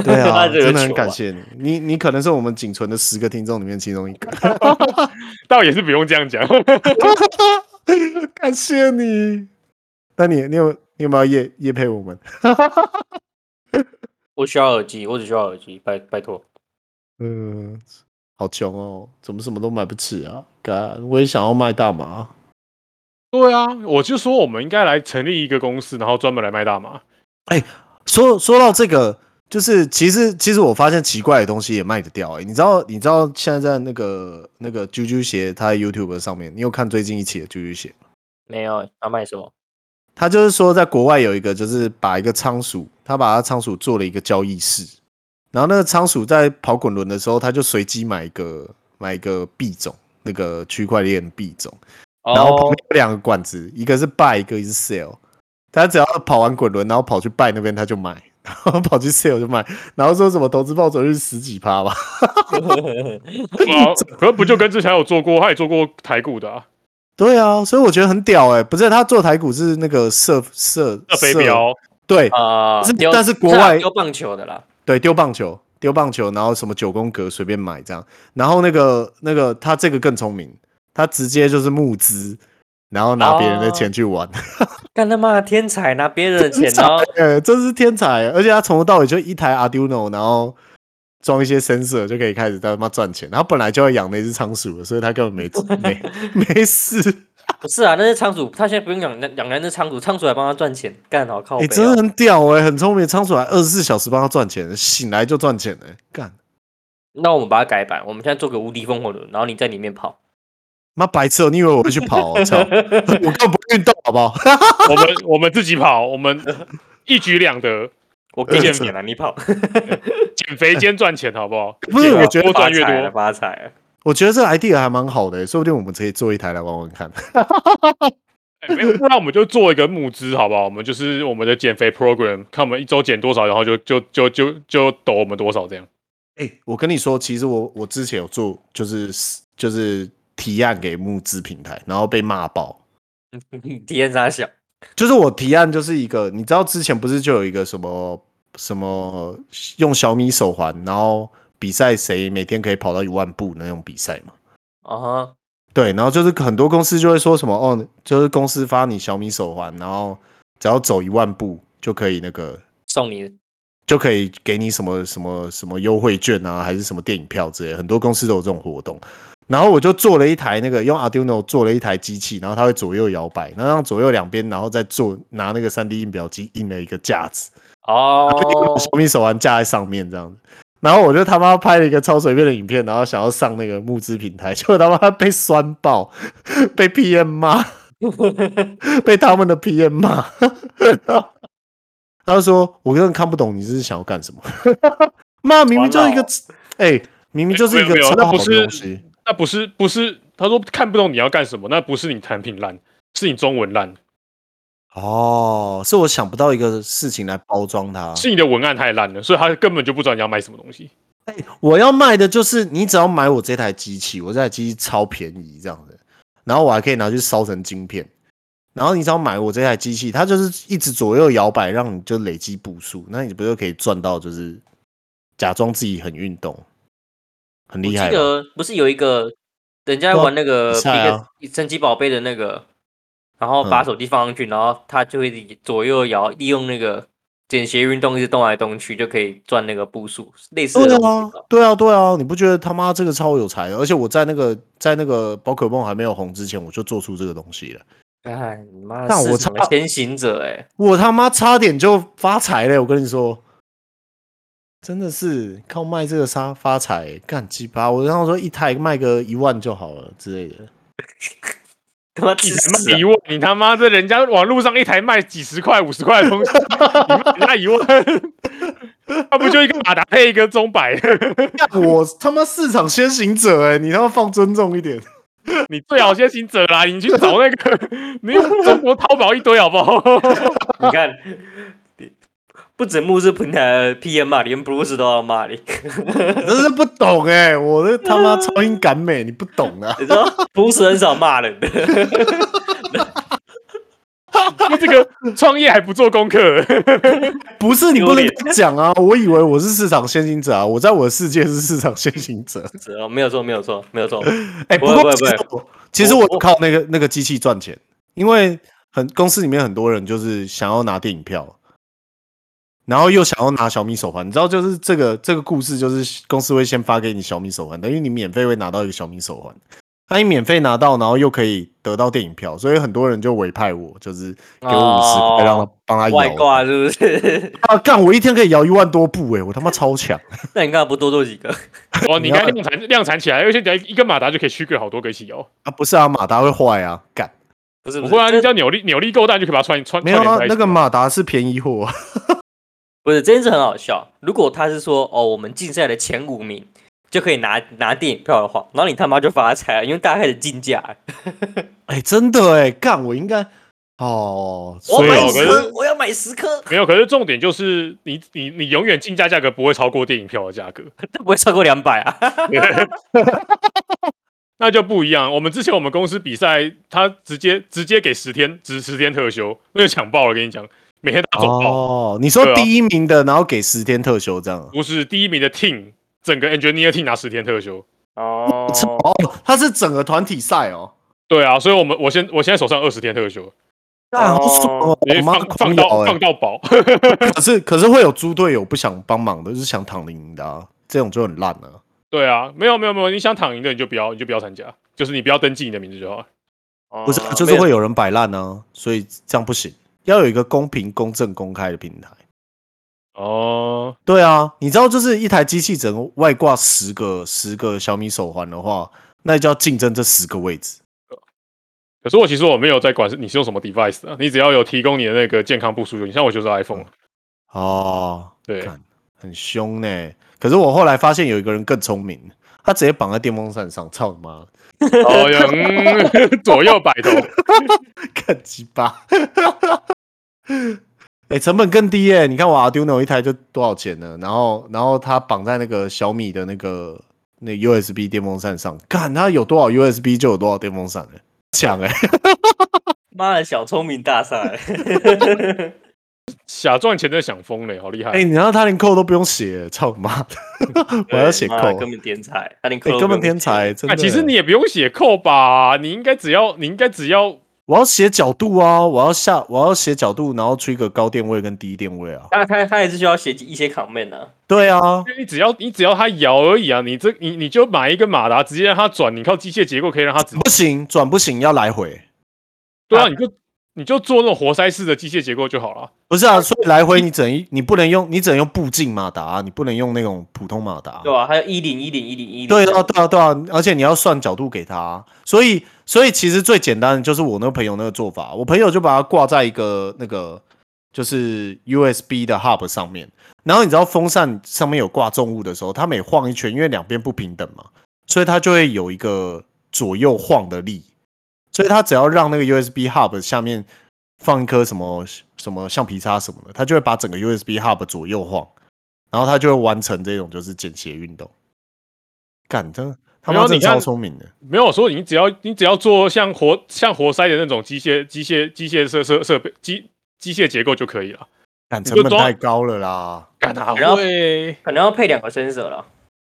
[SPEAKER 2] 对啊，
[SPEAKER 1] 他惹
[SPEAKER 2] 真的
[SPEAKER 1] 球
[SPEAKER 2] 很
[SPEAKER 1] 啊
[SPEAKER 2] 感谢你，你你可能是我们仅存的十个听众里面其中一个，
[SPEAKER 3] 倒也是不用这样讲。
[SPEAKER 2] 感谢你。那你你有你有没有夜夜配我们？
[SPEAKER 1] 我需要耳机，我只需要耳机，拜拜托。
[SPEAKER 2] 嗯，好穷哦，怎么什么都买不起啊？干，我也想要卖大麻。
[SPEAKER 3] 对啊，我就说我们应该来成立一个公司，然后专门来卖 大麻。
[SPEAKER 2] 说说到这个，就是其实其实我发现奇怪的东西也卖得掉、欸。你知道你知道现在在那个那个啾啾鞋，它在 YouTube 上面，你有看最近一期的啾啾鞋？
[SPEAKER 1] 没有，他卖什么？
[SPEAKER 2] 他就是说，在国外有一个，就是把一个仓鼠，他把他仓鼠做了一个交易室，然后那个仓鼠在跑滚轮的时候，他就随机买一个买一个币种，那个区块链币种，然后旁
[SPEAKER 1] 哦
[SPEAKER 2] 边，有两个管子，一个是 buy，一个是 sell。他只要跑完滚轮，然后跑去 buy 那边，他就买，然后跑去 sell 就卖，然后说什么投资报酬率十几趴吧？
[SPEAKER 3] 哇可不就跟之前有做过，他也做过台股的啊，
[SPEAKER 2] 对啊，所以我觉得很屌哎、不是他做台股是那个射射
[SPEAKER 3] 那飞，镖
[SPEAKER 2] 对
[SPEAKER 1] 啊，
[SPEAKER 2] 是
[SPEAKER 1] 丢
[SPEAKER 2] 但是国
[SPEAKER 1] 啊
[SPEAKER 2] 外
[SPEAKER 1] 丢棒球的啦，
[SPEAKER 2] 对，丢棒球，丢棒球，然后什么九宫格随便买这样。然后那个那个他这个更聪明，他直接就是募资，然后拿别人的钱去玩，
[SPEAKER 1] 干他妈的天才拿别人的钱，
[SPEAKER 2] 天
[SPEAKER 1] 然后
[SPEAKER 2] 呃，这是天才，而且他从头到尾就一台 Arduino，然后装一些 sensor 就可以开始在他妈赚钱。他本来就要养那只仓鼠了，所以他根本 没没没事。
[SPEAKER 1] 不是啊，那是仓鼠，他现在不用养那养那只仓鼠，仓鼠还帮他赚钱，干好靠
[SPEAKER 2] 哎、
[SPEAKER 1] 背、啊
[SPEAKER 2] 真的很屌哎、很聪明，仓鼠还二十四小时帮他赚钱，醒来就赚钱哎、干
[SPEAKER 1] 那我们把它改版，我们现在做个无敌风火轮，然后你在里面跑。
[SPEAKER 2] 妈白痴哦、你以为我会去跑、 哦？操，我根本不运动好不好？
[SPEAKER 3] 我们我们自己跑，我们一举两得，
[SPEAKER 1] 我给你钱了，啊你跑，
[SPEAKER 3] 减肥兼赚钱，好不好？
[SPEAKER 2] 不 是，我觉得
[SPEAKER 3] 多赚越
[SPEAKER 1] 发财了
[SPEAKER 3] 多，
[SPEAKER 1] 发财了。
[SPEAKER 2] 我觉得这 idea 还蛮好的、欸说不定我们可以做一台来玩玩 看。
[SPEAKER 3] 哎没有，不然我们就做一个募资，好不好？我们就是我们的减肥 program，看我们一周减多少，然后就就就就就抖我们多少这样。
[SPEAKER 2] 哎、我跟你说，其实我我之前有做，就是就是提案给募资平台，然后被骂爆。
[SPEAKER 1] 体验啥小？
[SPEAKER 2] 就是我提案就是一个，你知道之前不是就有一个什么什么用小米手环，然后比赛谁每天可以跑到一万步那种比赛嘛？
[SPEAKER 1] 啊哈，
[SPEAKER 2] 对，然后就是很多公司就会说什么哦，就是公司发你小米手环，然后只要走一万步就可以那个
[SPEAKER 1] 送你
[SPEAKER 2] 就可以给你什么什么什么优惠券啊，还是什么电影票之类的，很多公司都有这种活动。然后我就做了一台那个用 Arduino 做了一台机器，然后它会左右摇摆，然后让左右两边，然后再做拿那个 3D 印表机印了一个架子，
[SPEAKER 1] 哦
[SPEAKER 2] 用，小米手环架在上面这样子。然后我就他妈拍了一个超随便的影片，然后想要上那个募资平台，结果他妈被酸爆， 被 PM 骂， 被他们的 PM 骂。 他就说：“我根本看不懂你这是想要干什么。” 妈，明明就是一个
[SPEAKER 1] 完了，
[SPEAKER 2] 哎、明明就是一个
[SPEAKER 3] 哦没有没有
[SPEAKER 2] 超
[SPEAKER 3] 那
[SPEAKER 2] 好
[SPEAKER 3] 不
[SPEAKER 2] 的
[SPEAKER 3] 是
[SPEAKER 2] 东西。
[SPEAKER 3] 那不是不是，他说看不懂你要干什么，那不是你产品烂，是你中文烂，
[SPEAKER 2] 哦，是我想不到一个事情来包装它。
[SPEAKER 3] 是你的文案太烂了，所以他根本就不知道你要买什么东西。
[SPEAKER 2] 我要卖的就是你只要买我这台机器，我这台机器超便宜这样子，然后我还可以拿去烧成晶片。然后你只要买我这台机器，它就是一直左右摇摆，让你就累积步数，那你不就可以赚到就是假装自己很运动，很
[SPEAKER 1] 我
[SPEAKER 2] 厉
[SPEAKER 1] 记
[SPEAKER 2] 害吧。
[SPEAKER 1] 得不是有一个人家
[SPEAKER 2] 对啊
[SPEAKER 1] 玩那个
[SPEAKER 2] 比赛啊
[SPEAKER 1] 一个神奇宝贝的那个，然后把
[SPEAKER 2] 嗯
[SPEAKER 1] 手机放上去，然后他就会左右摇，利用那个简谐运动一直动来动去，就可以赚那个步数，类似
[SPEAKER 2] 对
[SPEAKER 1] 的
[SPEAKER 2] 啊
[SPEAKER 1] 东西吧。，
[SPEAKER 2] 对啊，对啊，你不觉得他妈这个超有才的？而且我在那个在那个宝可梦还没有红之前，我就做出这个东西了。
[SPEAKER 1] 哎，你妈的！
[SPEAKER 2] 但我
[SPEAKER 1] 什么
[SPEAKER 2] 操
[SPEAKER 1] 先行者哎、
[SPEAKER 2] 我他妈差点就发财了，我跟你说，真的是靠卖这个杀发财，干鸡巴！我然后说一台卖个一万就好了之类的，
[SPEAKER 1] 他妈吃
[SPEAKER 3] 你才
[SPEAKER 1] 屎
[SPEAKER 3] 卖
[SPEAKER 1] 啊
[SPEAKER 3] 一万，你他妈这人家网络上一台卖几十块、五十块的东西，你卖人家一万，他不就一个马达配一个钟摆？
[SPEAKER 2] 干我他妈市场先行者哎、你他妈放尊重一点，
[SPEAKER 3] 你最好先行者啦，你去找那个，你用中国淘宝一堆好不好？
[SPEAKER 1] 你看，你不止牧师平台的 PM 骂你，连 Bruce 都要骂你。
[SPEAKER 2] 真是不懂哎、我这他妈超音感美，你不懂啊！
[SPEAKER 1] 你知道 Bruce 很少骂人的，
[SPEAKER 3] 这个创业还不做功课，
[SPEAKER 2] 不是你不能
[SPEAKER 1] 丢脸
[SPEAKER 2] 讲啊，我以为我是市场先行者啊，我在我的世界是市场先行者。
[SPEAKER 1] 是哦没有错，没有错，没有错。
[SPEAKER 2] 哎、
[SPEAKER 1] 不
[SPEAKER 2] 不
[SPEAKER 1] 会
[SPEAKER 2] 过
[SPEAKER 1] 不会
[SPEAKER 2] 其
[SPEAKER 1] 不
[SPEAKER 2] 实
[SPEAKER 1] 会
[SPEAKER 2] 我其实我
[SPEAKER 1] 我
[SPEAKER 2] 有靠那个那个机器赚钱，因为很公司里面很多人就是想要拿电影票，然后又想要拿小米手环，你知道，就是这个这个故事，就是公司会先发给你小米手环，等于你免费会拿到一个小米手环。那、你免费拿到，然后又可以得到电影票，所以很多人就委派我，就是给我五十块，让他帮他
[SPEAKER 1] 哦外
[SPEAKER 2] 摇。
[SPEAKER 1] 挂是不是？
[SPEAKER 2] 啊，干！我一天可以摇一万多步、欸，我他妈超强！
[SPEAKER 1] 那你干嘛不多做几个？
[SPEAKER 3] 哦，你应该量产量产起来，而且等一下一根马达就可以驱赶好多个一起摇。
[SPEAKER 2] 啊，不是啊，马达会坏啊， 干！
[SPEAKER 1] 不是
[SPEAKER 3] 不
[SPEAKER 1] 不
[SPEAKER 3] 会啊，
[SPEAKER 1] 是，
[SPEAKER 3] 你只
[SPEAKER 1] 这
[SPEAKER 3] 要扭力扭力够大，就可以把它串串
[SPEAKER 2] 没有
[SPEAKER 3] 串联
[SPEAKER 2] 啊
[SPEAKER 3] 在，一起
[SPEAKER 2] 那个马达是便宜货、啊。
[SPEAKER 1] 不是这件事很好笑。如果他是说哦，我们竞赛的前五名就可以拿拿电影票的话，然后你他妈就发财了，因为大家开始竞价了。
[SPEAKER 2] 哎、真的哎，干我应该哦，
[SPEAKER 1] 我
[SPEAKER 2] 所
[SPEAKER 1] 要
[SPEAKER 2] 以
[SPEAKER 3] 对哦
[SPEAKER 1] 买十
[SPEAKER 3] 可
[SPEAKER 1] 颗
[SPEAKER 3] 是，
[SPEAKER 1] 我要买十 颗，
[SPEAKER 3] 没有，可是重点就是你你你永远竞价价格不会超过电影票的价格，
[SPEAKER 1] 他不会超过两百啊。
[SPEAKER 3] 那就不一样。我们之前我们公司比赛，他直接直接给十天，只十天特休，那就抢爆了。跟你讲，每天大总报，
[SPEAKER 2] 哦，你说
[SPEAKER 3] 对啊
[SPEAKER 2] 第一名的，然后给十天特休这样啊？
[SPEAKER 3] 不是第一名的 team，整个 engineer team 拿十天特休。
[SPEAKER 1] 哦，
[SPEAKER 2] 哦，他是整个团体赛哦，
[SPEAKER 3] 对啊，所以我们我现我现在手上二十天特休，
[SPEAKER 2] 干好爽哦！
[SPEAKER 3] 因
[SPEAKER 2] 我
[SPEAKER 3] 为
[SPEAKER 2] 妈
[SPEAKER 3] 放
[SPEAKER 2] 狂
[SPEAKER 3] 放
[SPEAKER 2] 摇
[SPEAKER 3] 到
[SPEAKER 2] 哎
[SPEAKER 3] 放，到饱。
[SPEAKER 2] 可是可是会有猪队友不想帮忙的，就是想躺赢的啊，这种就很烂啊。
[SPEAKER 3] 对啊，没有没有没有，你想躺赢的你就不要你就不要参加，就是你不要登记你的名字就好了。
[SPEAKER 1] 哦
[SPEAKER 3] 哦
[SPEAKER 2] 不是啊，就是会有人摆烂啊，所以这样不行，要有一个公平、公正、公开的平台。
[SPEAKER 3] 哦，
[SPEAKER 2] 对啊，你知道，就是一台机器只能外挂十个十个小米手环的话，那就要竞争这十个位置。
[SPEAKER 3] 可是我其实我没有在管是你是用什么 device 的、你只要有提供你的那个健康步数就行，像我就是 iPhone，、
[SPEAKER 2] 哦，
[SPEAKER 3] 对，
[SPEAKER 2] 看很凶呢、可是我后来发现有一个人更聪明，他直接绑在电风扇上，操你妈，
[SPEAKER 3] 哦，有嗯， 左右摆头，
[SPEAKER 2] 更鸡巴！ 哎、成本更低耶、你看我 Arduino 一台就多少钱呢？然后，然后它绑在那个小米的那个那 USB 电风扇上，看它有多少 USB 就有多少电风扇、欸，抢哎、
[SPEAKER 1] 妈的小聪明大赛，
[SPEAKER 3] 想赚钱真的想疯了，好厉害！
[SPEAKER 2] 哎、你知道他连扣都不用写、操你妈 的！ 我还要写扣，
[SPEAKER 1] 妈的
[SPEAKER 2] 哎
[SPEAKER 1] 根、本天才，他连扣都
[SPEAKER 2] 根本
[SPEAKER 1] 不用
[SPEAKER 2] 天才，真的、
[SPEAKER 3] 啊，其实你也不用写扣吧，你应该只要你应该只要
[SPEAKER 2] 我要写角度啊，我要下，我要写角度，然后出一个高电位跟低电位啊。
[SPEAKER 1] 他他他也是需要写一些 comment 啊，
[SPEAKER 2] 对啊，
[SPEAKER 3] 你只要你只要它摇而已啊，你这你你就买一个马达，直接让它转，你靠机械结构可以让它直，
[SPEAKER 2] 不行，转不行，要来回。
[SPEAKER 3] 对啊，你就你就做那种活塞式的机械结构就好了。
[SPEAKER 2] 不是啊，所以来回你只能你不能用，你只能用步进马达、啊你不能用那种普通马达。啊
[SPEAKER 1] 对吧、还有一零一零一零一零，
[SPEAKER 2] 对啊，对啊，对啊，而且你要算角度给他、所以所以其实最简单的就是我那个朋友那个做法，我朋友就把它挂在一个那个就是 USB 的 hub 上面，然后你知道风扇上面有挂重物的时候，它每晃一圈，因为两边不平等嘛，所以它就会有一个左右晃的力，所以它只要让那个 USB hub 下面放一颗什么什么橡皮擦什么的，它就会把整个 USB hub 左右晃，然后它就会完成这种就是简谐运动。干，真的他
[SPEAKER 3] 然
[SPEAKER 2] 妈
[SPEAKER 3] 后
[SPEAKER 2] 真
[SPEAKER 3] 你
[SPEAKER 2] 的超
[SPEAKER 3] 看
[SPEAKER 2] 聪明的。
[SPEAKER 3] 没有说你只要你只要做像活像活塞的那种机械机械机械设设设备机机械结构就可以了。
[SPEAKER 2] 干
[SPEAKER 3] 你
[SPEAKER 2] 成
[SPEAKER 3] 就
[SPEAKER 2] 本
[SPEAKER 3] 装
[SPEAKER 2] 太高了啦！
[SPEAKER 3] 干哪
[SPEAKER 1] 然后
[SPEAKER 3] 会
[SPEAKER 1] 可能要配两个 sensor 了。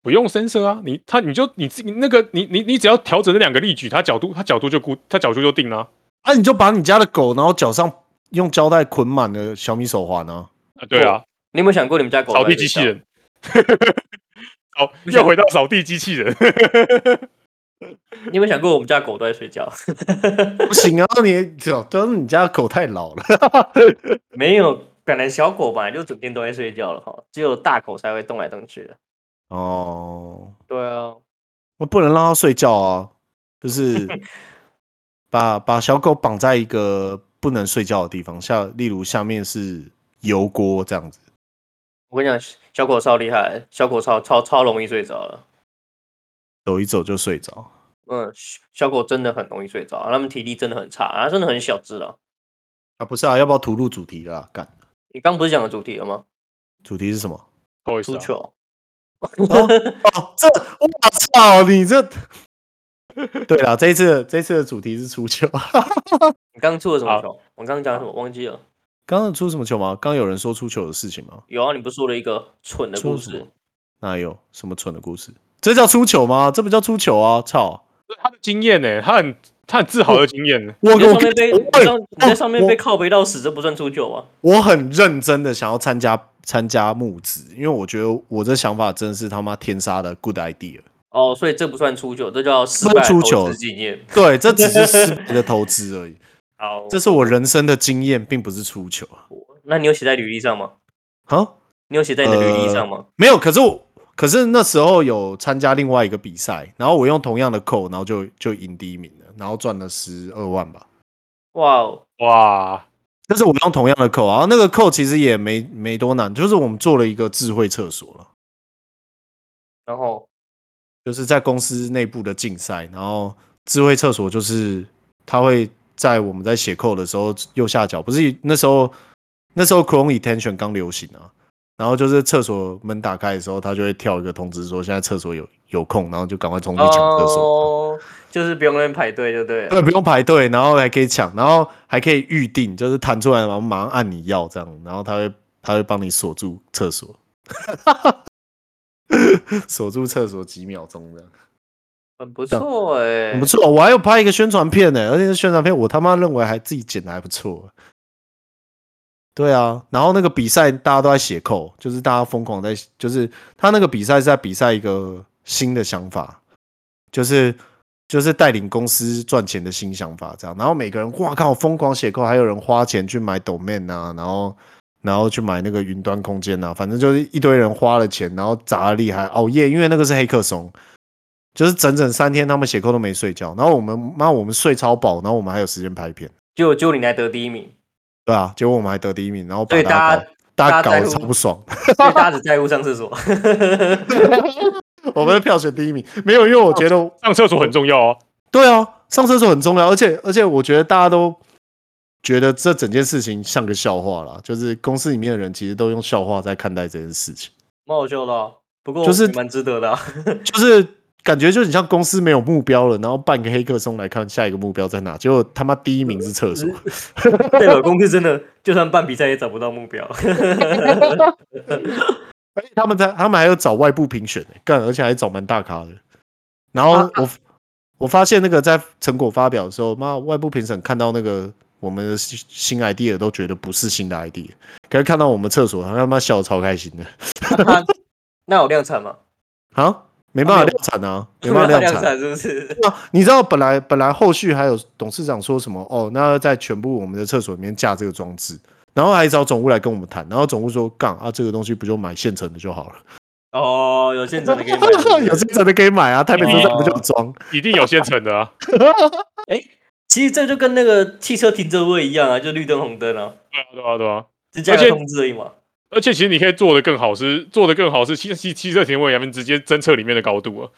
[SPEAKER 3] 不用伸射啊？你它你就你自己那个你你你只要调整那两个力矩，它角度它角度就固它角度就定了啊
[SPEAKER 2] 啊，你就把你家的狗，然后脚上用胶带捆满了小米手环啊！
[SPEAKER 3] 啊。对啊，
[SPEAKER 1] 你有没有想过你们家狗？
[SPEAKER 3] 扫地机器，人。哦，又回到扫地机器人。
[SPEAKER 1] 你有没有想过我们家狗都在睡觉？
[SPEAKER 2] 不行啊，你主要是你家的狗太老了。
[SPEAKER 1] 没有，本来小狗本来就整天都在睡觉了哈，只有大狗才会动来动去的。
[SPEAKER 2] 哦，
[SPEAKER 1] 对啊，
[SPEAKER 2] 我不能让它睡觉啊，就是 把把小狗绑在一个不能睡觉的地方，下例如下面是油锅这样子。
[SPEAKER 1] 我跟你讲，小狗超厉害，小狗超超超容易睡着了。
[SPEAKER 2] 走一走就睡着，
[SPEAKER 1] 嗯，小小狗真的很容易睡着，它们体力真的很差，它真的很小只了。
[SPEAKER 2] 啊不是啊，要不要吐露主题了啊？干，
[SPEAKER 1] 你刚不是讲了主题了吗？
[SPEAKER 2] 主题是什么？
[SPEAKER 3] 不好意思
[SPEAKER 1] 足
[SPEAKER 3] 啊，
[SPEAKER 1] 球。
[SPEAKER 2] 哦，这我操，你这， 对了，这一次这一次的主题是啊足球，
[SPEAKER 1] 你刚出了什么
[SPEAKER 3] 好
[SPEAKER 1] 球？我刚刚讲什么？忘记了。
[SPEAKER 2] 刚刚出什么球吗？刚刚有人说出球的事情吗？
[SPEAKER 1] 有啊，你不是说了一个蠢的故
[SPEAKER 2] 出什
[SPEAKER 1] 事
[SPEAKER 2] 么？哪有什么蠢的故事？这叫出球吗？这不叫出球啊！操！
[SPEAKER 3] 他的经验呢、他很他很自豪
[SPEAKER 2] 哦
[SPEAKER 3] 的经验呢、
[SPEAKER 2] 我
[SPEAKER 1] 你在
[SPEAKER 2] 我
[SPEAKER 1] 上面被你
[SPEAKER 2] 喂
[SPEAKER 1] 上你在上面被
[SPEAKER 2] 我
[SPEAKER 1] 靠背到死，这不算出糗啊！
[SPEAKER 2] 我很认真的想要参加参加募资，因为我觉得我这想法真的是他妈天杀的 good idea。
[SPEAKER 1] 哦，所以这不算出糗，这叫失
[SPEAKER 2] 不
[SPEAKER 1] 败
[SPEAKER 2] 是出糗
[SPEAKER 1] 投资经验。
[SPEAKER 2] 对，这只是失败的投资而已，
[SPEAKER 1] 好，
[SPEAKER 2] 这是我人生的经验，并不是出球啊。
[SPEAKER 1] 那你有写在履历上吗？
[SPEAKER 2] 啊，
[SPEAKER 1] 你有写在你的履历
[SPEAKER 2] 呃
[SPEAKER 1] 上吗？
[SPEAKER 2] 没有，可是我可是那时候有参加另外一个比赛，然后我用同样的扣，然后就就赢第一名了，然后赚了十二万吧。
[SPEAKER 1] 哇哦，
[SPEAKER 3] 哇，
[SPEAKER 2] 但是我用同样的扣，然后那个扣其实也没没多难，就是我们做了一个智慧厕所了，
[SPEAKER 1] 然后
[SPEAKER 2] 就是在公司内部的竞赛，然后智慧厕所就是它会在我们在写扣的时候右下角，不是那时候那时候 Chrome Attention 刚流行啊，然后就是厕所门打开的时候，它就会跳一个通知说现在厕所有有空，然后就赶快冲去抢厕所。
[SPEAKER 1] 哦，就是不用那边排队就对了。
[SPEAKER 2] 对，不用排队，然后还可以抢，然后还可以预定，就是弹出来，然后马上按你要这样，然后他会他会帮你锁住厕所， 锁住厕所几秒钟这样，
[SPEAKER 1] 很不错哎、
[SPEAKER 2] 很不错。我还有拍一个宣传片呢、而且这宣传片我他妈认为还自己剪的还不错。对啊，然后那个比赛大家都在写扣，就是大家疯狂在，就是他那个比赛是在比赛一个新的想法，就是就是带领公司赚钱的新想法这样。然后每个人哇靠疯狂写扣，还有人花钱去买 domain 啊，然后然后去买那个云端空间啊，反正就是一堆人花了钱，然后砸的厉害熬夜，因为那个是黑客松。就是整整三天，他们写扣都没睡觉，然后我们妈我们睡超饱，然后我们还有时间拍片，
[SPEAKER 1] 就就你来得第一名，
[SPEAKER 2] 对啊，结果我们还得第一名，然后把
[SPEAKER 1] 所以
[SPEAKER 2] 大
[SPEAKER 1] 大家
[SPEAKER 2] 家大家
[SPEAKER 1] 大家
[SPEAKER 2] 搞
[SPEAKER 1] 在
[SPEAKER 2] 得
[SPEAKER 1] 乎
[SPEAKER 2] 超不爽，
[SPEAKER 1] 所以大家只在乎上厕所。
[SPEAKER 2] 我们的票选第一名，没有，因为我觉得
[SPEAKER 3] 上厕所很重要哦。
[SPEAKER 2] 对啊，上厕所很重要，而且而且我觉得大家都觉得这整件事情像个笑话啦，就是公司里面的人其实都用笑话在看待这件事情，
[SPEAKER 1] 蛮好笑的哦、不过
[SPEAKER 2] 就是
[SPEAKER 1] 也蛮值得的啊、
[SPEAKER 2] 就是感觉就很像公司没有目标了，然后办个黑客松来看下一个目标在哪，结果他妈第一名是厕所，
[SPEAKER 1] 代表公司真的就算办比赛也找不到目 标。
[SPEAKER 2] 而且他们在他们还有找外部评选、欸，干，而且还找蛮大咖的。然后
[SPEAKER 1] 啊
[SPEAKER 2] 我、我发现那个在成果发表的时候，妈外部评审看到那个我们的新新 idea 都觉得不是新的 idea，可是看到我们厕所，他他妈笑得超开心的
[SPEAKER 1] 那有量产吗？
[SPEAKER 2] 啊，没办法
[SPEAKER 1] 啊没有
[SPEAKER 2] 量产啊，没办法量
[SPEAKER 1] 量
[SPEAKER 2] 产。
[SPEAKER 1] 是不是？
[SPEAKER 2] 对啊你知道本来本来后续还有董事长说什么哦，那要在全部我们的厕所里面架这个装置，然后还找总务来跟我们谈，然后总务说杠啊，这个东西不就买现成的就好了。
[SPEAKER 1] 哦，有现成的可以 买
[SPEAKER 2] 有现成的可以买啊，台北车站不就有装？
[SPEAKER 3] 一定有现成 的啊！
[SPEAKER 1] 其实这就跟那个汽车停车位一样啊，就绿灯红灯啊，
[SPEAKER 3] 对啊，对啊，对啊。
[SPEAKER 1] 只加
[SPEAKER 3] 而且
[SPEAKER 1] 个通知而已嘛。
[SPEAKER 3] 而且其实你可以做的更好是，做的更好是汽汽汽车停位两边直接侦测里面的高度啊，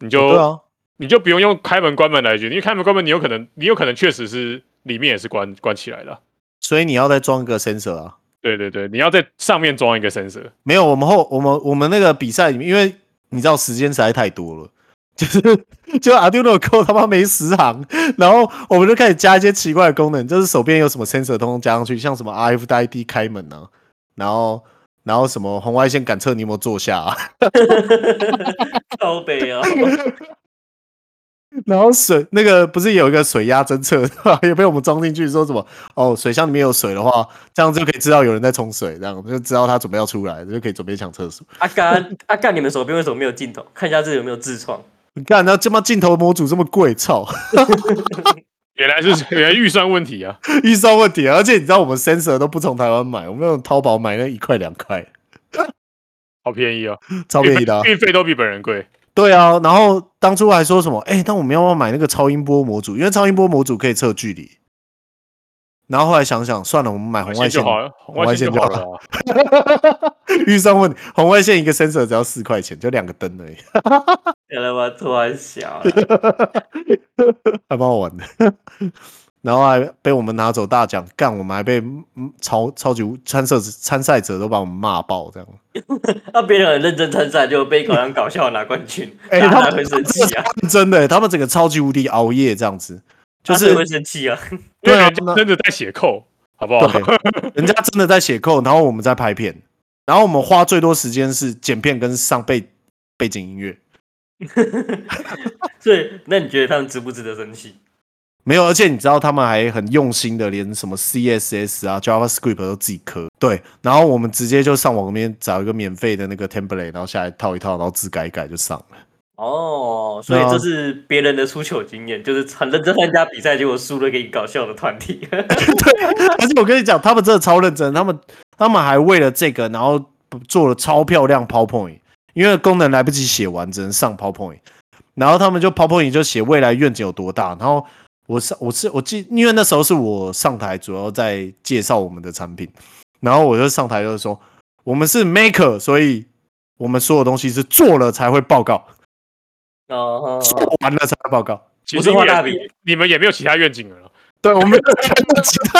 [SPEAKER 3] 你就、
[SPEAKER 2] 对啊，你
[SPEAKER 3] 你就不用用开门关门来决定，因为开门关门你有可能你有可能确实是里面也是关关起来的啊、
[SPEAKER 2] 所以你要再装一个 sensor 啊。
[SPEAKER 3] 对对对，你要在上面装一个 sensor，
[SPEAKER 2] 没有，我们后我们我们那个比赛里面，因为你知道时间实在太多了， 就是就 Arduino Go 他妈没十行，然后我们就开始加一些奇怪的功能，就是手边有什么 sensor 通通加上去，像什么 RFID 开门啊，然后然后什么红外线感测你有没有坐下啊，
[SPEAKER 1] 高北啊，
[SPEAKER 2] 然后水那个不是有一个水压侦测对 吧？也被我们装进去，说什么哦，水箱里面有水的话，这样就可以知道有人在冲水，这样就知道他准备要出来，就可以准备抢厕所。
[SPEAKER 1] 阿干阿干，啊你们手边为什么没有镜头？看一下这有没有痔疮。
[SPEAKER 2] 你看那他妈镜头模组这么贵，操，
[SPEAKER 3] 原来是原来预算问题啊！
[SPEAKER 2] 预算问题啊。而且你知道我们 sensor 都不从台湾买，我们那种淘宝买那一块两块，
[SPEAKER 3] 好便宜哦，
[SPEAKER 2] 超便宜的、啊。
[SPEAKER 3] 运费都比本人贵。
[SPEAKER 2] 对啊，然后当初还说什么，哎、那我们要不要买那个超音波模组？因为超音波模组可以测距离。然后后来想想，算了，我们买啊红外
[SPEAKER 3] 就
[SPEAKER 2] 线
[SPEAKER 3] 好了，红外线就好了啊。
[SPEAKER 2] 预算问题，红外线一个 sensor 只要四块钱，就两个灯而已，
[SPEAKER 1] 原来我哎突然小了，
[SPEAKER 2] 还蛮好玩的。 然后还被我们拿走大奖，干我们还被嗯超超级参赛参赛者都把我们骂爆，这样。
[SPEAKER 1] 那别人很认真参赛，就被搞成搞笑拿冠军，
[SPEAKER 2] 哎
[SPEAKER 1] 大
[SPEAKER 2] 他
[SPEAKER 1] 家
[SPEAKER 2] 们
[SPEAKER 1] 会生
[SPEAKER 2] 这
[SPEAKER 1] 气啊，
[SPEAKER 2] 真的，他们整个超级无敌熬夜这样子， 就
[SPEAKER 1] 大
[SPEAKER 2] 是
[SPEAKER 1] 家会生气啊。
[SPEAKER 3] 因
[SPEAKER 2] 对
[SPEAKER 3] 为
[SPEAKER 2] 啊
[SPEAKER 3] 人家真的在写扣，好不好？
[SPEAKER 2] 对，人家真的在写扣，然后我们在拍片，然后我们花最多时间是剪片跟上背背景音乐，
[SPEAKER 1] 所以，那你觉得他们值不值得生气？
[SPEAKER 2] 没有，而且你知道他们还很用心的，连什么 CSS 啊、JavaScript 都自己刻。对，然后我们直接就上网里面找一个免费的那个 template，然后下来套一套，然后字改一改就上了。
[SPEAKER 1] 哦，所以
[SPEAKER 2] 对啊
[SPEAKER 1] 这是别人的输球经验，就是很认真参加比赛，结果输了给搞笑的团体。
[SPEAKER 2] 而且我跟你讲，他们真的超认真，他们他们还为了这个，然后做了超漂亮 PowerPoint，因为功能来不及写完，只能上 PowerPoint。然后他们就 PowerPoint 就写未来愿景有多大。然后我上我是我记，因为那时候是我上台主要在介绍我们的产品，然后我就上台就是说，我们是 Maker，所以我们所有东西是做了才会报告，
[SPEAKER 1] 哦，
[SPEAKER 2] 做完了才会报告。
[SPEAKER 3] 其
[SPEAKER 1] 不
[SPEAKER 3] 实
[SPEAKER 1] 是
[SPEAKER 3] 你
[SPEAKER 1] 画
[SPEAKER 3] 也
[SPEAKER 1] 大饼，
[SPEAKER 3] 你们也没有其他愿景了。
[SPEAKER 2] 对，我们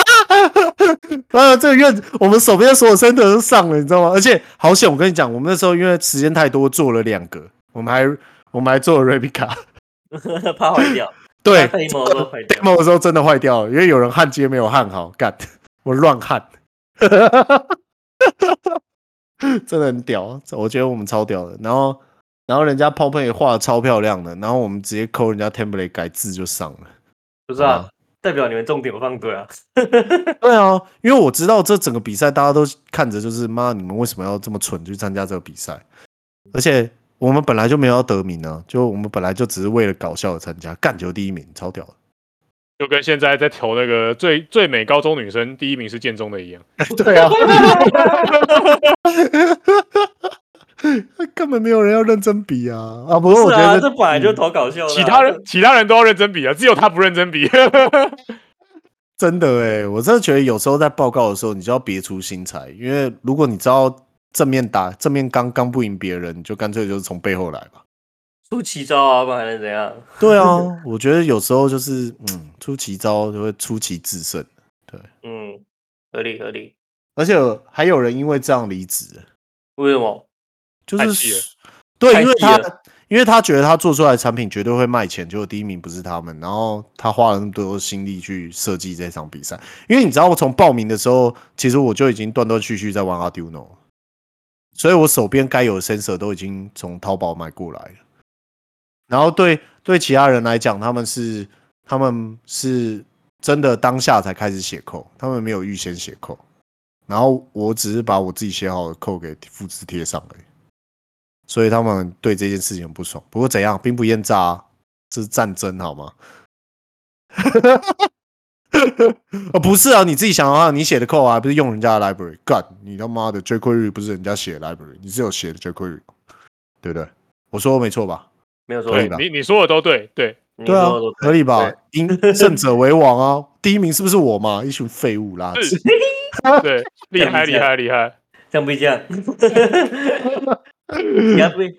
[SPEAKER 2] 啊，这个院我们手边所有生的都上了，你知道吗？而且好险，我跟你讲，我们那时候因为时间太多，做了两个，我们还我们还做了 Rebecca，
[SPEAKER 1] 怕坏掉，
[SPEAKER 2] 对
[SPEAKER 1] 被某都坏掉。
[SPEAKER 2] ，demo 的时候真的坏掉了，因为有人焊接没有焊好，干，我乱焊， 真的很屌，我觉得我们超屌的。然后，然后人家泡泡也画的超漂亮的，然后我们直接抠人家 template 改字就上了。
[SPEAKER 1] 不是啊，代表你们重点有放对啊。
[SPEAKER 2] 对啊，因为我知道这整个比赛大家都看着就是妈，你们为什么要这么蠢去参加这个比赛？而且我们本来就没有要得名啊，就我们本来就只是为了搞笑而参加，干球第一名，超屌的。
[SPEAKER 3] 就跟现在在投那个最最美高中女生第一名是建中的一样。
[SPEAKER 2] 对啊， 根本没有人要认真比啊啊！不过我
[SPEAKER 1] 是
[SPEAKER 2] 觉
[SPEAKER 1] 啊，
[SPEAKER 2] 得
[SPEAKER 1] 这本来就投搞笑的啊。
[SPEAKER 3] 其他人其他人都要认真比啊，只有他不认真比。
[SPEAKER 2] 真的哎、我真的觉得有时候在报告的时候，你就要别出心裁，因为如果你知道正面打正面刚刚不赢别人，你就干脆就是从背后来吧。
[SPEAKER 1] 出奇招啊，不然还能怎样？
[SPEAKER 2] 对啊，我觉得有时候就是嗯，出奇招就会出奇制胜，
[SPEAKER 1] 嗯，合理合理。
[SPEAKER 2] 而且还有人因为这样离职，
[SPEAKER 1] 为什么？
[SPEAKER 2] 就
[SPEAKER 3] 太气了
[SPEAKER 2] 是对，
[SPEAKER 1] 太
[SPEAKER 2] 因为
[SPEAKER 1] 气
[SPEAKER 2] 他
[SPEAKER 1] 了
[SPEAKER 2] 因为他觉得他做出来的产品绝对会卖钱，结果第一名不是他们，然后他花了那么多心力去设计这场比赛。因为你知道，我从报名的时候，其实我就已经断断续续在玩 Arduino，了所以我手边该有的 sensor 都已经从淘宝买过来了。然后对对其他人来讲，他们是他们是真的当下才开始写扣，他们没有预先写扣。然后我只是把我自己写好的扣给复制贴上而已。所以他们对这件事情很不爽。不过怎样，兵不厌诈、啊，这是战争好吗？ 哦，不是啊，你自己想的话，你写的 code 啊，不是用人家的 library，干你他妈的 jQuery 不是人家写的 library，你是有写的 jQuery，对不对？我说的没错吧？
[SPEAKER 1] 没有说
[SPEAKER 2] 合理
[SPEAKER 3] 对
[SPEAKER 2] 吧
[SPEAKER 3] 你你说的都对，对，
[SPEAKER 1] 你
[SPEAKER 2] 对啊
[SPEAKER 1] 说的都，
[SPEAKER 2] 合理吧？赢胜者为王啊！第一名是不是我嘛？一群废物啦！
[SPEAKER 3] 是，
[SPEAKER 1] 嗯
[SPEAKER 3] 对，厉害厉害厉害。
[SPEAKER 1] 这样不这 样，你还不会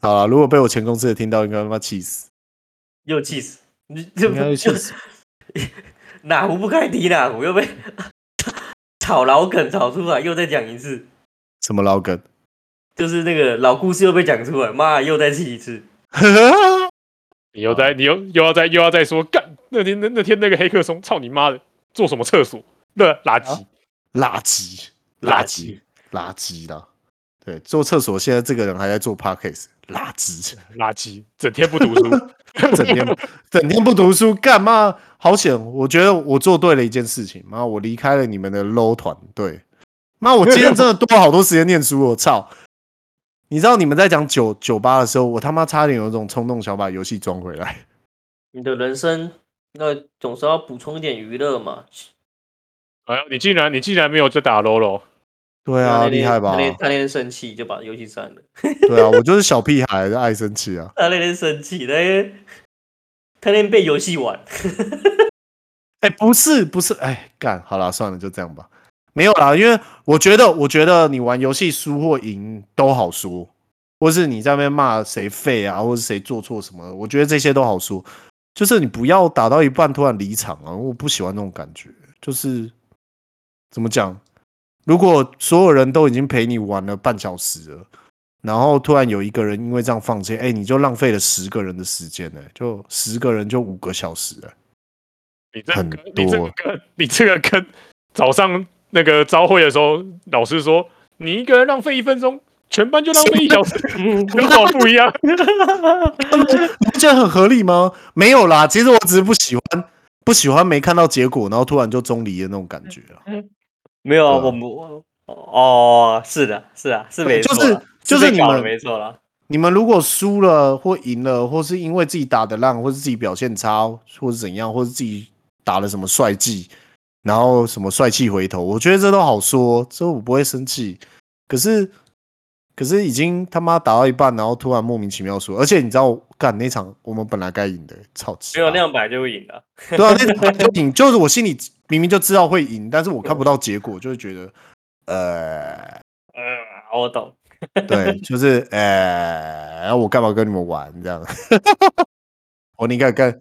[SPEAKER 2] 好了，如果被我前公司的听到，应该他妈气死，
[SPEAKER 1] 又气死？你这
[SPEAKER 2] 应该会气死。
[SPEAKER 1] 哪壶不开提哪壶，又被 炒老梗炒出来，又再讲一次，
[SPEAKER 2] 什么老梗？
[SPEAKER 1] 就是那个老故事又被讲出来，妈又再气一次。
[SPEAKER 3] 你又在，你又又要再又要再说干那天那那天那个黑客松，操你妈的，做什么厕所？那垃圾，
[SPEAKER 2] 垃圾，
[SPEAKER 1] 垃
[SPEAKER 2] 垃圾，垃圾啦。对，做厕所现在这个人还在做 podcast，垃 圾，
[SPEAKER 3] 垃圾，整天不读书，
[SPEAKER 2] 整天整天不读书干嘛？好险！我觉得我做对了一件事情，妈，我离开了你们的 low 团队，妈，我今天真的多好多时间念书，我操！你知道你们在讲酒酒吧的时候，我他妈差点有一种冲动想把游戏装回来。
[SPEAKER 1] 你的人生那总是要补充一点娱乐嘛。
[SPEAKER 3] 哎呦，你竟然你竟然没有在打 LOL，
[SPEAKER 2] 对
[SPEAKER 1] 他
[SPEAKER 2] 啊，
[SPEAKER 1] 那天
[SPEAKER 2] 厉害吧
[SPEAKER 1] 他？那天他那天生气就把游戏删了。
[SPEAKER 2] 对啊，我就是小屁孩，爱生气啊。
[SPEAKER 1] 他那天生气，他那天他那天被游戏玩，
[SPEAKER 2] 哎、不是不是，哎，干好了，算了，就这样吧。没有啦，因为我觉得，我觉得你玩游戏输或赢都好说，或是你在那边骂谁废啊，或是谁做错什么，我觉得这些都好说。就是你不要打到一半突然离场啊，我不喜欢那种感觉。就是怎么讲，如果所有人都已经陪你玩了半小时了，然后突然有一个人因为这样放弃，哎、你就浪费了十个人的时间呢、就十个人就五个小时、欸，
[SPEAKER 3] 你这个
[SPEAKER 2] 很
[SPEAKER 3] 你这
[SPEAKER 2] 多
[SPEAKER 3] 个跟你这个跟早上那个招会的时候，老师说你一个人浪费一分钟，全班就浪费一小时，跟我不一样。
[SPEAKER 2] 你不觉得很合理吗？没有啦，其实我只是不喜欢，不喜欢没看到结果，然后突然就中离的那种感觉
[SPEAKER 1] 嗯
[SPEAKER 2] 啊。
[SPEAKER 1] 没有啊，
[SPEAKER 2] 对啊
[SPEAKER 1] 我们我哦，是的，是啊，是没
[SPEAKER 2] 就
[SPEAKER 1] 错
[SPEAKER 2] 是
[SPEAKER 1] 啦，
[SPEAKER 2] 就是
[SPEAKER 1] 被
[SPEAKER 2] 你
[SPEAKER 1] 搞
[SPEAKER 2] 们
[SPEAKER 1] 了没错啦。
[SPEAKER 2] 你们如果输了或赢了，或是因为自己打的烂，或是自己表现差，或是怎样，或是自己打了什么帅技，然后什么帅气回头，我觉得这都好说，这我不会生气。可是，可是已经他妈打到一半，然后突然莫名其妙输，而且你知道，干那场我们本来该赢的，超级
[SPEAKER 1] 没有那样摆就会赢了。
[SPEAKER 2] 对啊，那场就赢，就是我心里明明就知道会赢，但是我看不到结果，就会觉得，呃，
[SPEAKER 1] 嗯，我懂。
[SPEAKER 2] 对，就是 呃，然后我干嘛跟你们玩这样？ 我你看看，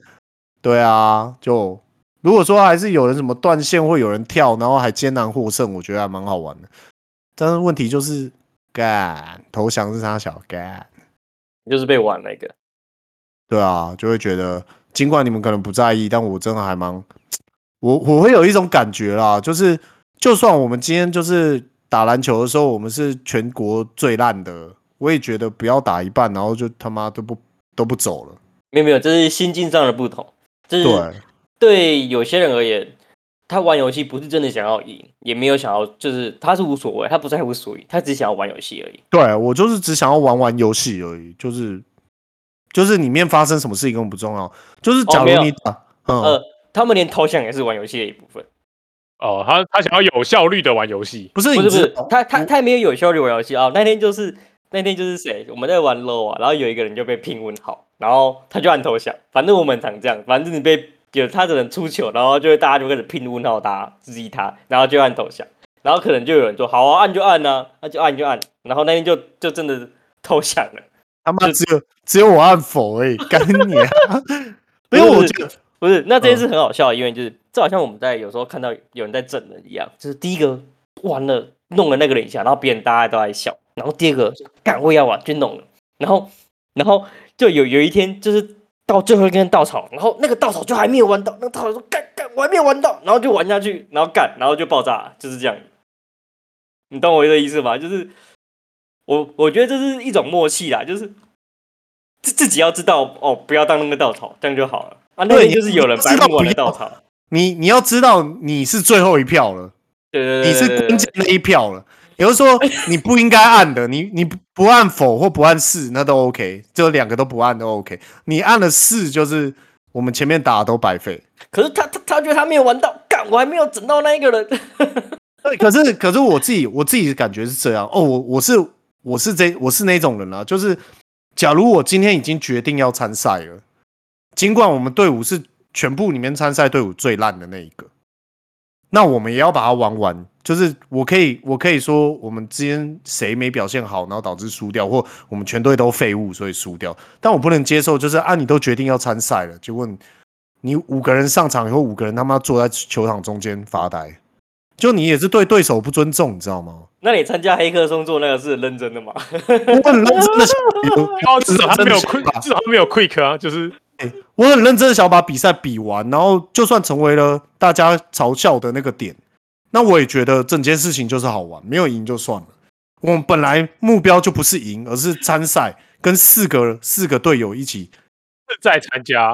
[SPEAKER 2] 对啊，就如果说还是有人什么断线，或有人跳，然后还艰难获胜，我觉得还蛮好玩的。但是问题就是，干投降是他小干，
[SPEAKER 1] 就是被玩那个。
[SPEAKER 2] 对啊，就会觉得，尽管你们可能不在意，但我真的还蛮，我我会有一种感觉啦，就是就算我们今天就是打篮球的时候，我们是全国最烂的，我也觉得不要打一半，然后就他妈都不都不走了。
[SPEAKER 1] 没有没有，这是心境上的不同，这是
[SPEAKER 2] 对
[SPEAKER 1] 对有些人而言，他玩游戏不是真的想要赢，也没有想要，就是他是无所谓，他不在乎输赢，他只想要玩游戏而已。
[SPEAKER 2] 对，我就是只想要玩玩游戏而已，就是就是里面发生什么事情根本不重要，就是假
[SPEAKER 1] 哦没
[SPEAKER 2] 如
[SPEAKER 1] 有
[SPEAKER 2] 你打，嗯，
[SPEAKER 1] 呃，他们连投降也是玩游戏的一部分，
[SPEAKER 3] 哦，他他想要有效率的玩游戏，
[SPEAKER 2] 不是你
[SPEAKER 1] 不是不
[SPEAKER 2] 知
[SPEAKER 1] 是
[SPEAKER 2] 道，
[SPEAKER 1] 他他他也没有有效率玩游戏啊。那天就是那天就是谁，我们在玩 low 啊，然后有一个人就被拼问好，然后他就按投降，反正我们很常这样，反正你被有他的人出糗，然后就会大家就开始拼问号他，质疑他，然后就按投降，然后可能就有人说好啊，按就按啊，那就按就按，然后那天就就真的投降了。
[SPEAKER 2] 他妈只有只有我按否哎、干你、 啊！因为
[SPEAKER 1] 不
[SPEAKER 2] 我
[SPEAKER 1] 是
[SPEAKER 2] 觉得
[SPEAKER 1] 不是，那这
[SPEAKER 2] 嗯
[SPEAKER 1] 件事很好笑，因为就是这好像我们在有时候看到有人在整人一样，就是第一个完了弄了那个人一下，然后别人大家都在笑，然后第二个就干我也要玩去弄了，然后然后就有有一天就是到最后一根稻草，然后那个稻草就还没有玩到，那个稻草说干干我还没有玩到，然后就玩下去，然后干，然后就爆炸了，就是这样。你懂我的意思吗？就是我我觉得这是一种默契啦，就是自自己要知道哦，不要当那个稻草，这样就好了啊。那
[SPEAKER 2] 对
[SPEAKER 1] 天就是有人
[SPEAKER 2] 你
[SPEAKER 1] 白
[SPEAKER 2] 知道
[SPEAKER 1] 目玩的
[SPEAKER 2] 不要
[SPEAKER 1] 稻草，
[SPEAKER 2] 你你要知道你是最后一票了，
[SPEAKER 1] 对对
[SPEAKER 2] 你
[SPEAKER 1] 对
[SPEAKER 2] 是
[SPEAKER 1] 对对
[SPEAKER 2] 关键那一票了。也就是说，你不应该按的，你你不不按否或不按是，那都 OK，就两个都不按都 OK。你按了是，就是我们前面打的都白费。
[SPEAKER 1] 可是他他他觉得他没有玩到，干我还没有整到那一个人。
[SPEAKER 2] 对，可是可是我自己我自己感觉是这样哦，我我是我是这我是那种人啊，就是假如我今天已经决定要参赛了，尽管我们队伍是全部里面参赛队伍最烂的那一个，那我们也要把它玩完。就是我可以我可以说我们之间谁没表现好，然后导致输掉，或我们全队都废物所以输掉，但我不能接受就是啊你都决定要参赛了，结果你你五个人上场以后，五个人他妈坐在球场中间发呆。就你也是对对手不尊重，你知道吗？
[SPEAKER 1] 那你参加黑客松做那个是很认真的吗？
[SPEAKER 2] 我很认真的想，
[SPEAKER 3] 然后哦至少他没有
[SPEAKER 2] 亏
[SPEAKER 3] quick，至少他没有 quick 啊，就是
[SPEAKER 2] 我很认真的想把比赛比完，然后就算成为了大家嘲笑的那个点，那我也觉得整件事情就是好玩，没有赢就算了。我们本来目标就不是赢，而是参赛，跟四个四个队友一起，
[SPEAKER 3] 是在参加，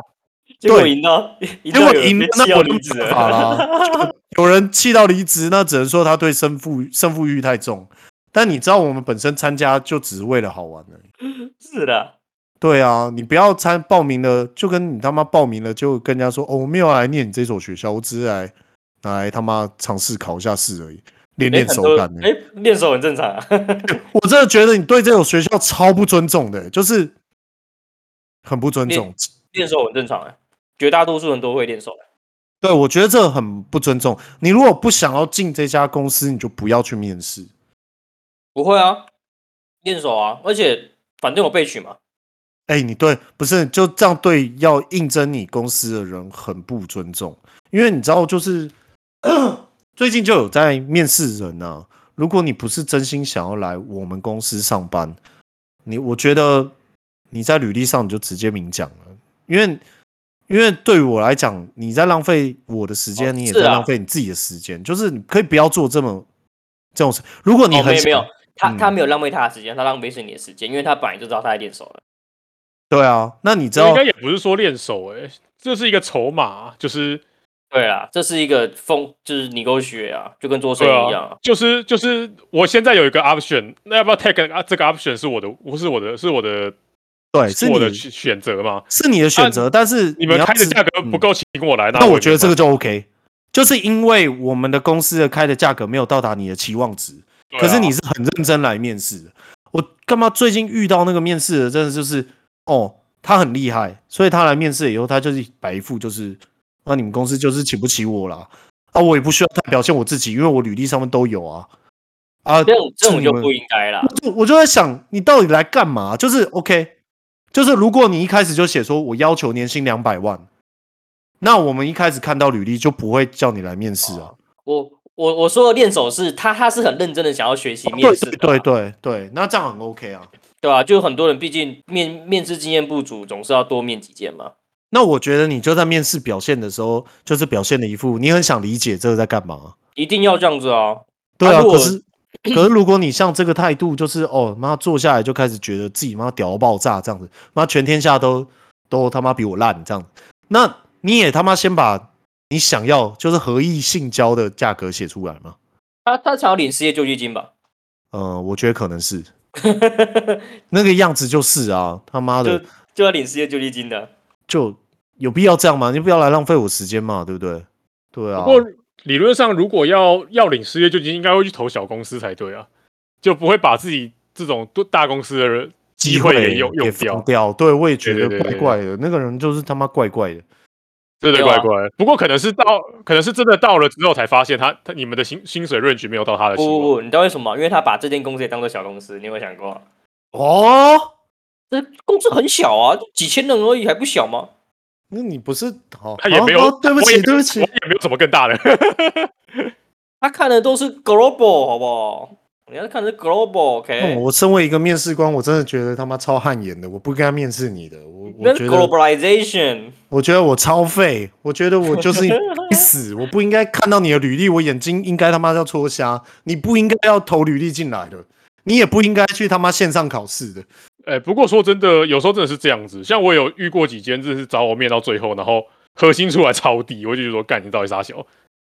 [SPEAKER 1] 结果
[SPEAKER 2] 对
[SPEAKER 1] 赢到赢
[SPEAKER 2] 结
[SPEAKER 1] 到
[SPEAKER 2] 果
[SPEAKER 1] 有人
[SPEAKER 2] 赢
[SPEAKER 1] 被
[SPEAKER 2] 了
[SPEAKER 1] 气
[SPEAKER 2] 那
[SPEAKER 1] 到
[SPEAKER 2] 我就
[SPEAKER 1] 离
[SPEAKER 2] 没
[SPEAKER 1] 职
[SPEAKER 2] 办法啊
[SPEAKER 1] 了。
[SPEAKER 2] 啦。就有人气到离职，那只能说他对胜负胜负欲太重。但你知道，我们本身参加就只是为了好玩而已。
[SPEAKER 1] 是的，
[SPEAKER 2] 对啊，你不要参报名了，就跟你他妈报名了，就跟人家说哦，我没有来念你这所学校，我只是来拿来他妈尝试考一下试而已，练
[SPEAKER 1] 哎
[SPEAKER 2] 练
[SPEAKER 1] 很
[SPEAKER 2] 手
[SPEAKER 1] 多
[SPEAKER 2] 感欸的。
[SPEAKER 1] 哎，练手很正常啊。
[SPEAKER 2] 我真的觉得你对这所学校超不尊重的，就是很不尊重
[SPEAKER 1] 练。练手很正常啊，绝大多数人都会练手啊。
[SPEAKER 2] 对，我觉得这很不尊重。你如果不想要进这家公司，你就不要去面试。
[SPEAKER 1] 不会啊，练手啊，而且反正我被取嘛，
[SPEAKER 2] 哎、你对，不是就这样对要应征你公司的人很不尊重，因为你知道，就是 最近就有在面试人啊。如果你不是真心想要来我们公司上班，你我觉得你在履历上你就直接明讲了，因为因为对于我来讲，你在浪费我的时间，
[SPEAKER 1] 哦
[SPEAKER 2] 你也
[SPEAKER 1] 是
[SPEAKER 2] 在
[SPEAKER 1] 啊
[SPEAKER 2] 浪费你自己的时间，就是你可以不要做这么这种事。如果你
[SPEAKER 1] 哦，
[SPEAKER 2] 很
[SPEAKER 1] 没有
[SPEAKER 2] 想、
[SPEAKER 1] 没有，他他
[SPEAKER 2] 嗯
[SPEAKER 1] 没有浪费他的时间，他浪费是你的时间，因为他本来就知道他在练手了。
[SPEAKER 2] 对啊，那你知
[SPEAKER 3] 这应
[SPEAKER 2] 道
[SPEAKER 3] 该也不是说练手哎、这是一个筹码啊，就是
[SPEAKER 1] 对啊，这是一个风，就是你沟学啊，就跟做生
[SPEAKER 3] 对
[SPEAKER 1] 意一样
[SPEAKER 3] 啊
[SPEAKER 1] 啊。，
[SPEAKER 3] 就是就是我现在有一个 option，那要不要 take 啊？这个 option 是我的，不是我的，是我的，
[SPEAKER 2] 对
[SPEAKER 3] 是
[SPEAKER 2] 是
[SPEAKER 3] 我的
[SPEAKER 2] 你
[SPEAKER 3] 选选择嘛？
[SPEAKER 2] 是你的选择，但是
[SPEAKER 3] 啊你们
[SPEAKER 2] 要
[SPEAKER 3] 开的
[SPEAKER 2] 知
[SPEAKER 3] 价格不
[SPEAKER 2] 嗯
[SPEAKER 3] 够，请我来，
[SPEAKER 2] 那
[SPEAKER 3] 我
[SPEAKER 2] 我
[SPEAKER 3] 也
[SPEAKER 2] 觉得
[SPEAKER 3] 没
[SPEAKER 2] 这
[SPEAKER 3] 办
[SPEAKER 2] 个就 OK，就是因为我们的公司的开的价格没有到达你的期望值，
[SPEAKER 3] 法
[SPEAKER 2] 可是
[SPEAKER 3] 对
[SPEAKER 2] 你
[SPEAKER 3] 啊
[SPEAKER 2] 是很认真来面试的。我干嘛最近遇到那个面试的，真的就是哦，他很厉害，所以他来面试以后，他就是摆一副就是，那、你们公司就是请不起我啦，啊，我也不需要太表现我自己，因为我履历上面都有啊，啊，
[SPEAKER 1] 这种这
[SPEAKER 2] 是
[SPEAKER 1] 种
[SPEAKER 2] 你
[SPEAKER 1] 就
[SPEAKER 2] 们
[SPEAKER 1] 不应该啦。
[SPEAKER 2] 就我就在想，你到底来干嘛？就是 OK，就是如果你一开始就写说我要求年薪两百万，那我们一开始看到履历就不会叫你来面试
[SPEAKER 1] 哦
[SPEAKER 2] 啊。
[SPEAKER 1] 我我我说的练手是他他是很认真的想要学习面
[SPEAKER 2] 对
[SPEAKER 1] 试的啊，
[SPEAKER 2] 对对对，那这样很 OK 啊。
[SPEAKER 1] 对啊，就很多人毕竟面面试经验不足，总是要多面几件嘛。
[SPEAKER 2] 那我觉得你就在面试表现的时候，就是表现的一副你很想理解这个在干嘛。
[SPEAKER 1] 一定要这样子啊！
[SPEAKER 2] 对啊，
[SPEAKER 1] 如
[SPEAKER 2] 可
[SPEAKER 1] 果
[SPEAKER 2] 是可是如果你像这个态度，就是哦妈坐下来就开始觉得自己妈屌到爆炸这样子，妈全天下都都他妈比我烂这样，那你也他妈先把你想要就是合意性交的价格写出来嘛？
[SPEAKER 1] 他他想要领失业救济金吧？
[SPEAKER 2] 呃，我觉得可能 是那个样子就是啊，他妈的
[SPEAKER 1] 就就要领失业救济金的。
[SPEAKER 2] 就有必要这样吗？你不要来浪费我时间嘛，对不对？对啊
[SPEAKER 3] 不，过理论上，如果要要领失业救济金，应该会去投小公司才对啊，就不会把自己这种多大公司的人机会
[SPEAKER 2] 也
[SPEAKER 3] 也用用
[SPEAKER 2] 放
[SPEAKER 3] 掉，
[SPEAKER 2] 掉，对我也觉
[SPEAKER 3] 对
[SPEAKER 2] 得
[SPEAKER 3] 对对
[SPEAKER 2] 怪
[SPEAKER 3] 对
[SPEAKER 2] 怪的，那个人就是他妈怪怪的。
[SPEAKER 3] 对对
[SPEAKER 1] 对啊
[SPEAKER 3] 怪怪。不过可能是到，可能是真的到了之后才发现他他你们的薪薪水 range 没有到他的
[SPEAKER 1] 不
[SPEAKER 3] 薪
[SPEAKER 1] 不
[SPEAKER 3] 水。
[SPEAKER 1] 不，你知道为什么吗？因为他把这间公司也当做小公司，你有没有想过？啊
[SPEAKER 2] 哦，
[SPEAKER 1] 这公司很小啊，就几千人而已，还不小吗？
[SPEAKER 2] 那你不是好？
[SPEAKER 3] 他也
[SPEAKER 2] 哦
[SPEAKER 3] 没有
[SPEAKER 2] 哦对不
[SPEAKER 3] 我也
[SPEAKER 2] 起，
[SPEAKER 3] 没有
[SPEAKER 2] 对不 起
[SPEAKER 3] 我，也没有什么更大的，
[SPEAKER 1] 他看的都是 global，好不好？人家看的是 global，OK？、
[SPEAKER 3] 哎
[SPEAKER 2] 哦我身为一个面试官，我真的觉得他妈超汗颜的，我不该面试你的，我我
[SPEAKER 1] 那是
[SPEAKER 2] 觉得，
[SPEAKER 1] globalization。
[SPEAKER 2] 我觉得我超废，我觉得我就是该死，我不应该看到你的履历，我眼睛应该他妈要戳瞎，你不应该要投履历进来的，你也不应该去他妈线上考试的，
[SPEAKER 3] 哎，不过说真的，有时候真的是这样子。像我有遇过几间，就是找我面到最后，然后核心出来超低，我就觉得说，干你到底啥小？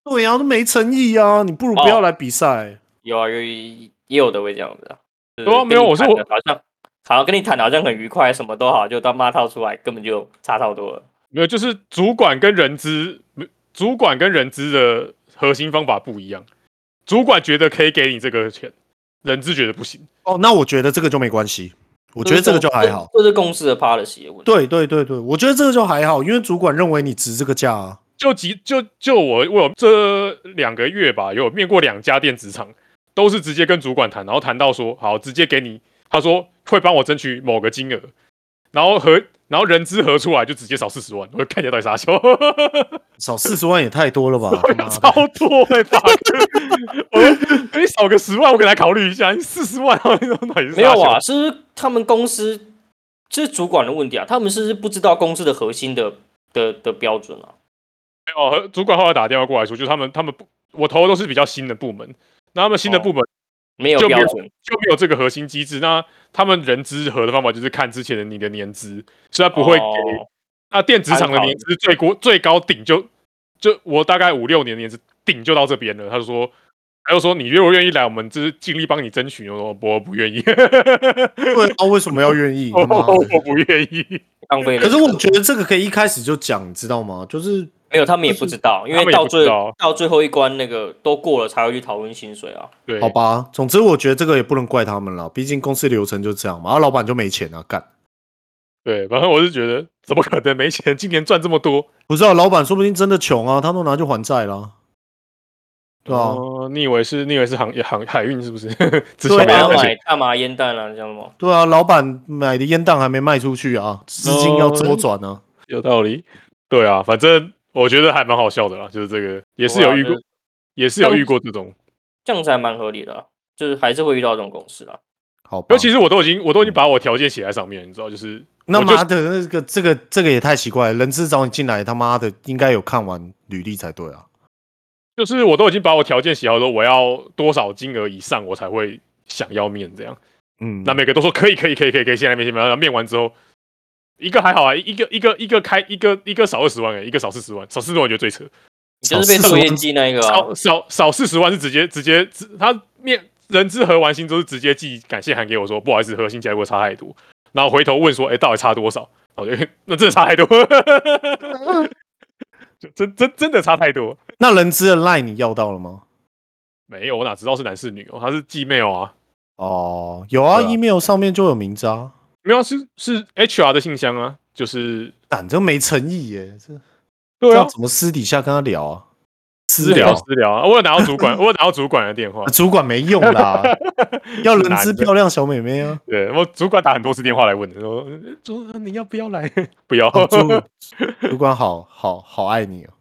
[SPEAKER 2] 对呀、啊，都没诚意啊，你不如不要
[SPEAKER 1] 哦
[SPEAKER 2] 来比赛，
[SPEAKER 1] 有啊，有也有的会这样子啊。就是
[SPEAKER 3] 对啊
[SPEAKER 1] 跟
[SPEAKER 3] 没有
[SPEAKER 1] 你
[SPEAKER 3] 我说
[SPEAKER 1] 谈
[SPEAKER 3] 我
[SPEAKER 1] 的好像好像跟你谈的好像很愉快，什么都好，就当骂套出来，根本就差超多了。
[SPEAKER 3] 没有，就是主管跟人资，主管跟人资的核心方法不一样。主管觉得可以给你这个钱，人资觉得不行。
[SPEAKER 2] 哦，那我觉得这个就没关系，我觉得这个就还好，
[SPEAKER 1] 这是公司的 policy 的问题。
[SPEAKER 2] 对对对对，我觉得这个就还好，因为主管认为你值这个价啊。
[SPEAKER 3] 就几就就我我有这两个月吧，有面过两家电子厂，都是直接跟主管谈，然后谈到说好，直接给你，他说会帮我争取某个金额，然后和然后人资合出来就直接少四十万，我就看起来到底啥笑，
[SPEAKER 2] 少四十万也太多了吧？ 他妈
[SPEAKER 3] 啊
[SPEAKER 2] 的
[SPEAKER 3] 超多会吧？我说你少个十万，我给他考虑一下，你四十万，那到底是
[SPEAKER 1] 没有
[SPEAKER 3] 啥小
[SPEAKER 1] 啊，是不是他们公司这是主管的问题啊，他们是不是不知道公司的核心的的的标准啊？
[SPEAKER 3] 没有，和主管后来打电话过来说，就是他们他们不，我投的都是比较新的部门，那他们新的
[SPEAKER 1] 哦
[SPEAKER 3] 部门
[SPEAKER 1] 没有
[SPEAKER 3] 就没
[SPEAKER 1] 标
[SPEAKER 3] 有
[SPEAKER 1] 准，
[SPEAKER 3] 就没有这个核心机制。那他们人资核的方法就是看之前的你的年资，所以他不会给。
[SPEAKER 1] 哦
[SPEAKER 3] 那电子厂
[SPEAKER 1] 参
[SPEAKER 3] 的
[SPEAKER 1] 考
[SPEAKER 3] 年资最高最高顶就就我大概五六年的年资顶就到这边了。他就说，他就说你如果愿意来，我们就是尽力帮你争取。我说我不愿意，
[SPEAKER 2] 对啊，为什么要愿 意？
[SPEAKER 3] 我
[SPEAKER 2] 他妈的
[SPEAKER 3] 我不愿意。
[SPEAKER 1] 浪费了
[SPEAKER 2] 可是我觉得这个可以一开始就讲，你知道吗？就是
[SPEAKER 1] 没有，他们也不知道，因
[SPEAKER 3] 他
[SPEAKER 1] 为
[SPEAKER 3] 们也
[SPEAKER 1] 到
[SPEAKER 3] 不知
[SPEAKER 1] 最
[SPEAKER 3] 道
[SPEAKER 1] 到最后一关那个都过了才会去讨论薪水啊。
[SPEAKER 3] 对，
[SPEAKER 2] 好吧，总之我觉得这个也不能怪他们了，毕竟公司流程就这样嘛。啊，老板就没钱啊，干
[SPEAKER 3] 对，反正我是觉得怎么可能没钱？今年赚这么多，
[SPEAKER 2] 不知道、老板说不定真的穷啊，他都拿去还债啦。对啊，
[SPEAKER 3] 哦你以为是你以为是航航海运是不 是？之
[SPEAKER 2] 对
[SPEAKER 3] 前
[SPEAKER 2] 啊
[SPEAKER 3] 没
[SPEAKER 1] 要
[SPEAKER 3] 有
[SPEAKER 2] 而
[SPEAKER 3] 而且
[SPEAKER 1] 买大麻烟弹啊，你知道吗？
[SPEAKER 2] 对啊，老板买的烟弹还没卖出去啊，资金要周转啊呢、
[SPEAKER 3] 有道理。对啊，反正我觉得还蛮好笑的啦，就是这个也是有遇
[SPEAKER 1] 对
[SPEAKER 3] 过
[SPEAKER 1] 啊就，
[SPEAKER 3] 也是有遇过这
[SPEAKER 2] 哦
[SPEAKER 3] 种。
[SPEAKER 1] 这样子还蛮合理的啊、就是还是会遇到这种公司啊啦。
[SPEAKER 2] 好吧
[SPEAKER 3] 尤，其是我都已经我都已经把我条件写在上面，你知道，就是
[SPEAKER 2] 那
[SPEAKER 3] 我就
[SPEAKER 2] 妈的那个这个这个也太奇怪了，人资找你进来，他妈的应该有看完履历才对啊。
[SPEAKER 3] 就是我都已经把我条件写好说我要多少金额以上我才会想要面这样。
[SPEAKER 2] 嗯，
[SPEAKER 3] 那每个都说可以可以可以可以可以，现在面现在面，然后面完之后。一个还好啊，一个一个一个开一个一个少二十万而欸已，一个少四十万，少四十万我觉得最扯。
[SPEAKER 1] 你就是被
[SPEAKER 2] 少四十
[SPEAKER 1] 抽
[SPEAKER 2] 万
[SPEAKER 1] 烟机那一个、啊
[SPEAKER 3] 少，少少四十万是直接直接直他面人资合完薪之后是直接寄感谢函给我说，不好意思，核心结果差太多。然后回头问说，哎、到底差多少？我觉得 那真的差太多，就真真真的差太多。
[SPEAKER 2] 那人资的 line 你要到了吗？
[SPEAKER 3] 没有，我哪知道是男是女哦？他是 Gmail 啊，
[SPEAKER 2] 哦，有啊
[SPEAKER 3] 对啊
[SPEAKER 2] e m a i l 上面就有名字啊。
[SPEAKER 3] 没有啊是是 HR 的信箱啊，就是
[SPEAKER 2] 胆这没诚意耶，这
[SPEAKER 3] 对
[SPEAKER 2] 这
[SPEAKER 3] 啊
[SPEAKER 2] 样，怎么私底下跟他聊啊？私
[SPEAKER 3] 私聊私聊啊，我有拿到主 管，我有拿到主管的电话
[SPEAKER 2] 啊，主管没用 啦，要人
[SPEAKER 3] 男
[SPEAKER 2] 资
[SPEAKER 3] 的
[SPEAKER 2] 漂亮小妹妹 啊。
[SPEAKER 3] 对我主管打很多次电话来问的，说主你要不要来？不 要，
[SPEAKER 2] 哦主主管好好好爱你哦。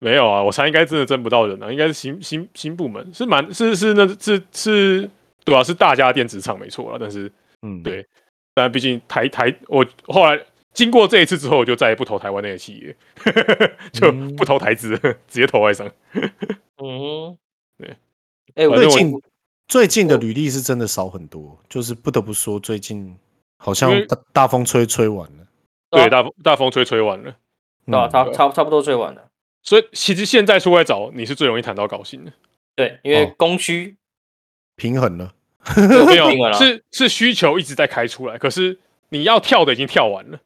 [SPEAKER 3] 没有啊，我猜应该真的争不到人啊，应该是新新新部门，是蛮是是那是是，对啊，是大家的电子厂没错啊，但是
[SPEAKER 2] 嗯，
[SPEAKER 3] 对但毕竟台台，我后来经过这一次之后，我就再也不投台湾那些企业， 就
[SPEAKER 2] 嗯
[SPEAKER 3] 不投台资了， 直接投外商。
[SPEAKER 1] 嗯，
[SPEAKER 3] 对。
[SPEAKER 1] 哎，我
[SPEAKER 3] 反
[SPEAKER 2] 最
[SPEAKER 3] 正我
[SPEAKER 2] 近
[SPEAKER 1] 我
[SPEAKER 2] 最近的履历是真的少很多，就是不得不说，最近好像
[SPEAKER 3] 因为
[SPEAKER 2] 大大风吹吹完了。
[SPEAKER 1] 对啊
[SPEAKER 3] 对，大风大风吹吹完了，
[SPEAKER 1] 对啊，
[SPEAKER 2] 嗯
[SPEAKER 1] 差差差不多最晚了。
[SPEAKER 3] 所以其实现在出来找你是最容易谈到高 薪的，
[SPEAKER 1] 对，因为
[SPEAKER 2] 哦
[SPEAKER 1] 供需
[SPEAKER 2] 平衡了，
[SPEAKER 3] 没
[SPEAKER 1] 定了
[SPEAKER 3] 有
[SPEAKER 1] 啦
[SPEAKER 3] 是是需求一直在开出来，可是你要跳的已经跳完了，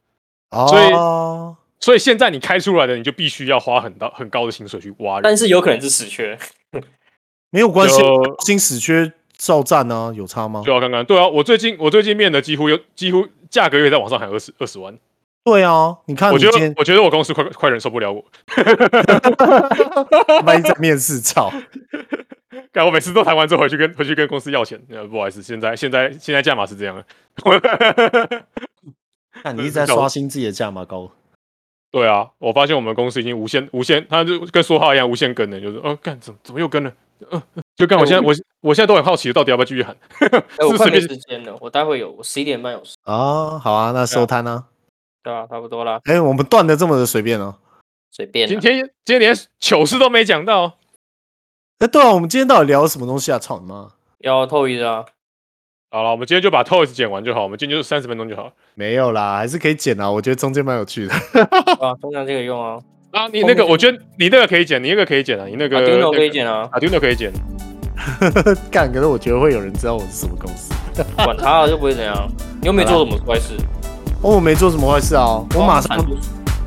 [SPEAKER 3] 所以
[SPEAKER 2] 哦，
[SPEAKER 3] 所以现在你开出来的你就必须要花很大很高的薪水去挖人
[SPEAKER 1] 但。是有可能是死缺。
[SPEAKER 2] 没有关系
[SPEAKER 3] 就，
[SPEAKER 2] 新死缺照战啊，有差吗？
[SPEAKER 3] 对啊，刚刚对啊，我最近我最近面的几乎有几乎价格又在往上喊二十二十万，
[SPEAKER 2] 对啊，你看
[SPEAKER 3] 我
[SPEAKER 2] 你
[SPEAKER 3] 觉
[SPEAKER 2] 今
[SPEAKER 3] 得
[SPEAKER 2] 天
[SPEAKER 3] 我觉得我公司快快忍受不了我，
[SPEAKER 2] 万一在面试， 操，
[SPEAKER 3] 干我每次都谈完之后回去跟回去跟公司要钱，呃，不好意思，现在现在现在价码是这样的，
[SPEAKER 2] 看你一直在刷新自己的价码高，
[SPEAKER 3] 对啊，我发现我们公司已经无限无限，他就跟说话一样无限跟的，就是哦，干怎么怎么又跟了，呃，就干我现在我我现在都很好奇，到底要不要继续喊？
[SPEAKER 1] 哎，我
[SPEAKER 3] 是随
[SPEAKER 1] 快没
[SPEAKER 3] 便
[SPEAKER 1] 时间了，我待会有，我十一点半有事，
[SPEAKER 2] 啊，好啊，那收摊啊，
[SPEAKER 1] 对啊，差不多啦，
[SPEAKER 2] 哎、我们断的这么的随便哦、
[SPEAKER 1] 随便啦。
[SPEAKER 3] 今天今天连糗事都没讲到，
[SPEAKER 2] 哎、对啊，我们今天到底聊什么东西啊？操你妈！
[SPEAKER 1] 要透一啊，
[SPEAKER 3] 好了，我们今天就把 Toys 剪完就好，我们今天就三十分钟就好了。
[SPEAKER 2] 没有啦，还是可以剪啊，我觉得中间蛮有趣的。
[SPEAKER 1] 啊，中奖这个用啊，
[SPEAKER 3] 啊，你那个我觉得你那个可以剪，你那个可以剪啊，你那个
[SPEAKER 1] 啊，丢我可以，剪啊，
[SPEAKER 3] 啊，丢可以剪，
[SPEAKER 2] 干，可是我觉得会有人知道我是什么公司。
[SPEAKER 1] 管他啊了，又不会怎样，你又没做什么坏事，
[SPEAKER 2] 哦，我没做什么坏事啊，我马上
[SPEAKER 1] 哦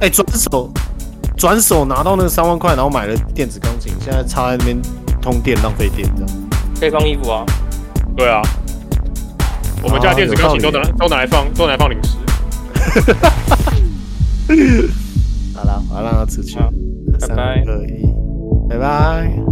[SPEAKER 2] 哎转、手转手拿到那个三万块，然后买了电子钢琴，现在插在那边通电浪费电这样。
[SPEAKER 1] 可以放衣服啊，
[SPEAKER 3] 对啊，我们家电子钢琴都拿都拿来放都拿来放零食，
[SPEAKER 2] 好啦，我要让它出去
[SPEAKER 1] 好。
[SPEAKER 2] 三
[SPEAKER 1] 拜拜
[SPEAKER 2] 二一，拜拜。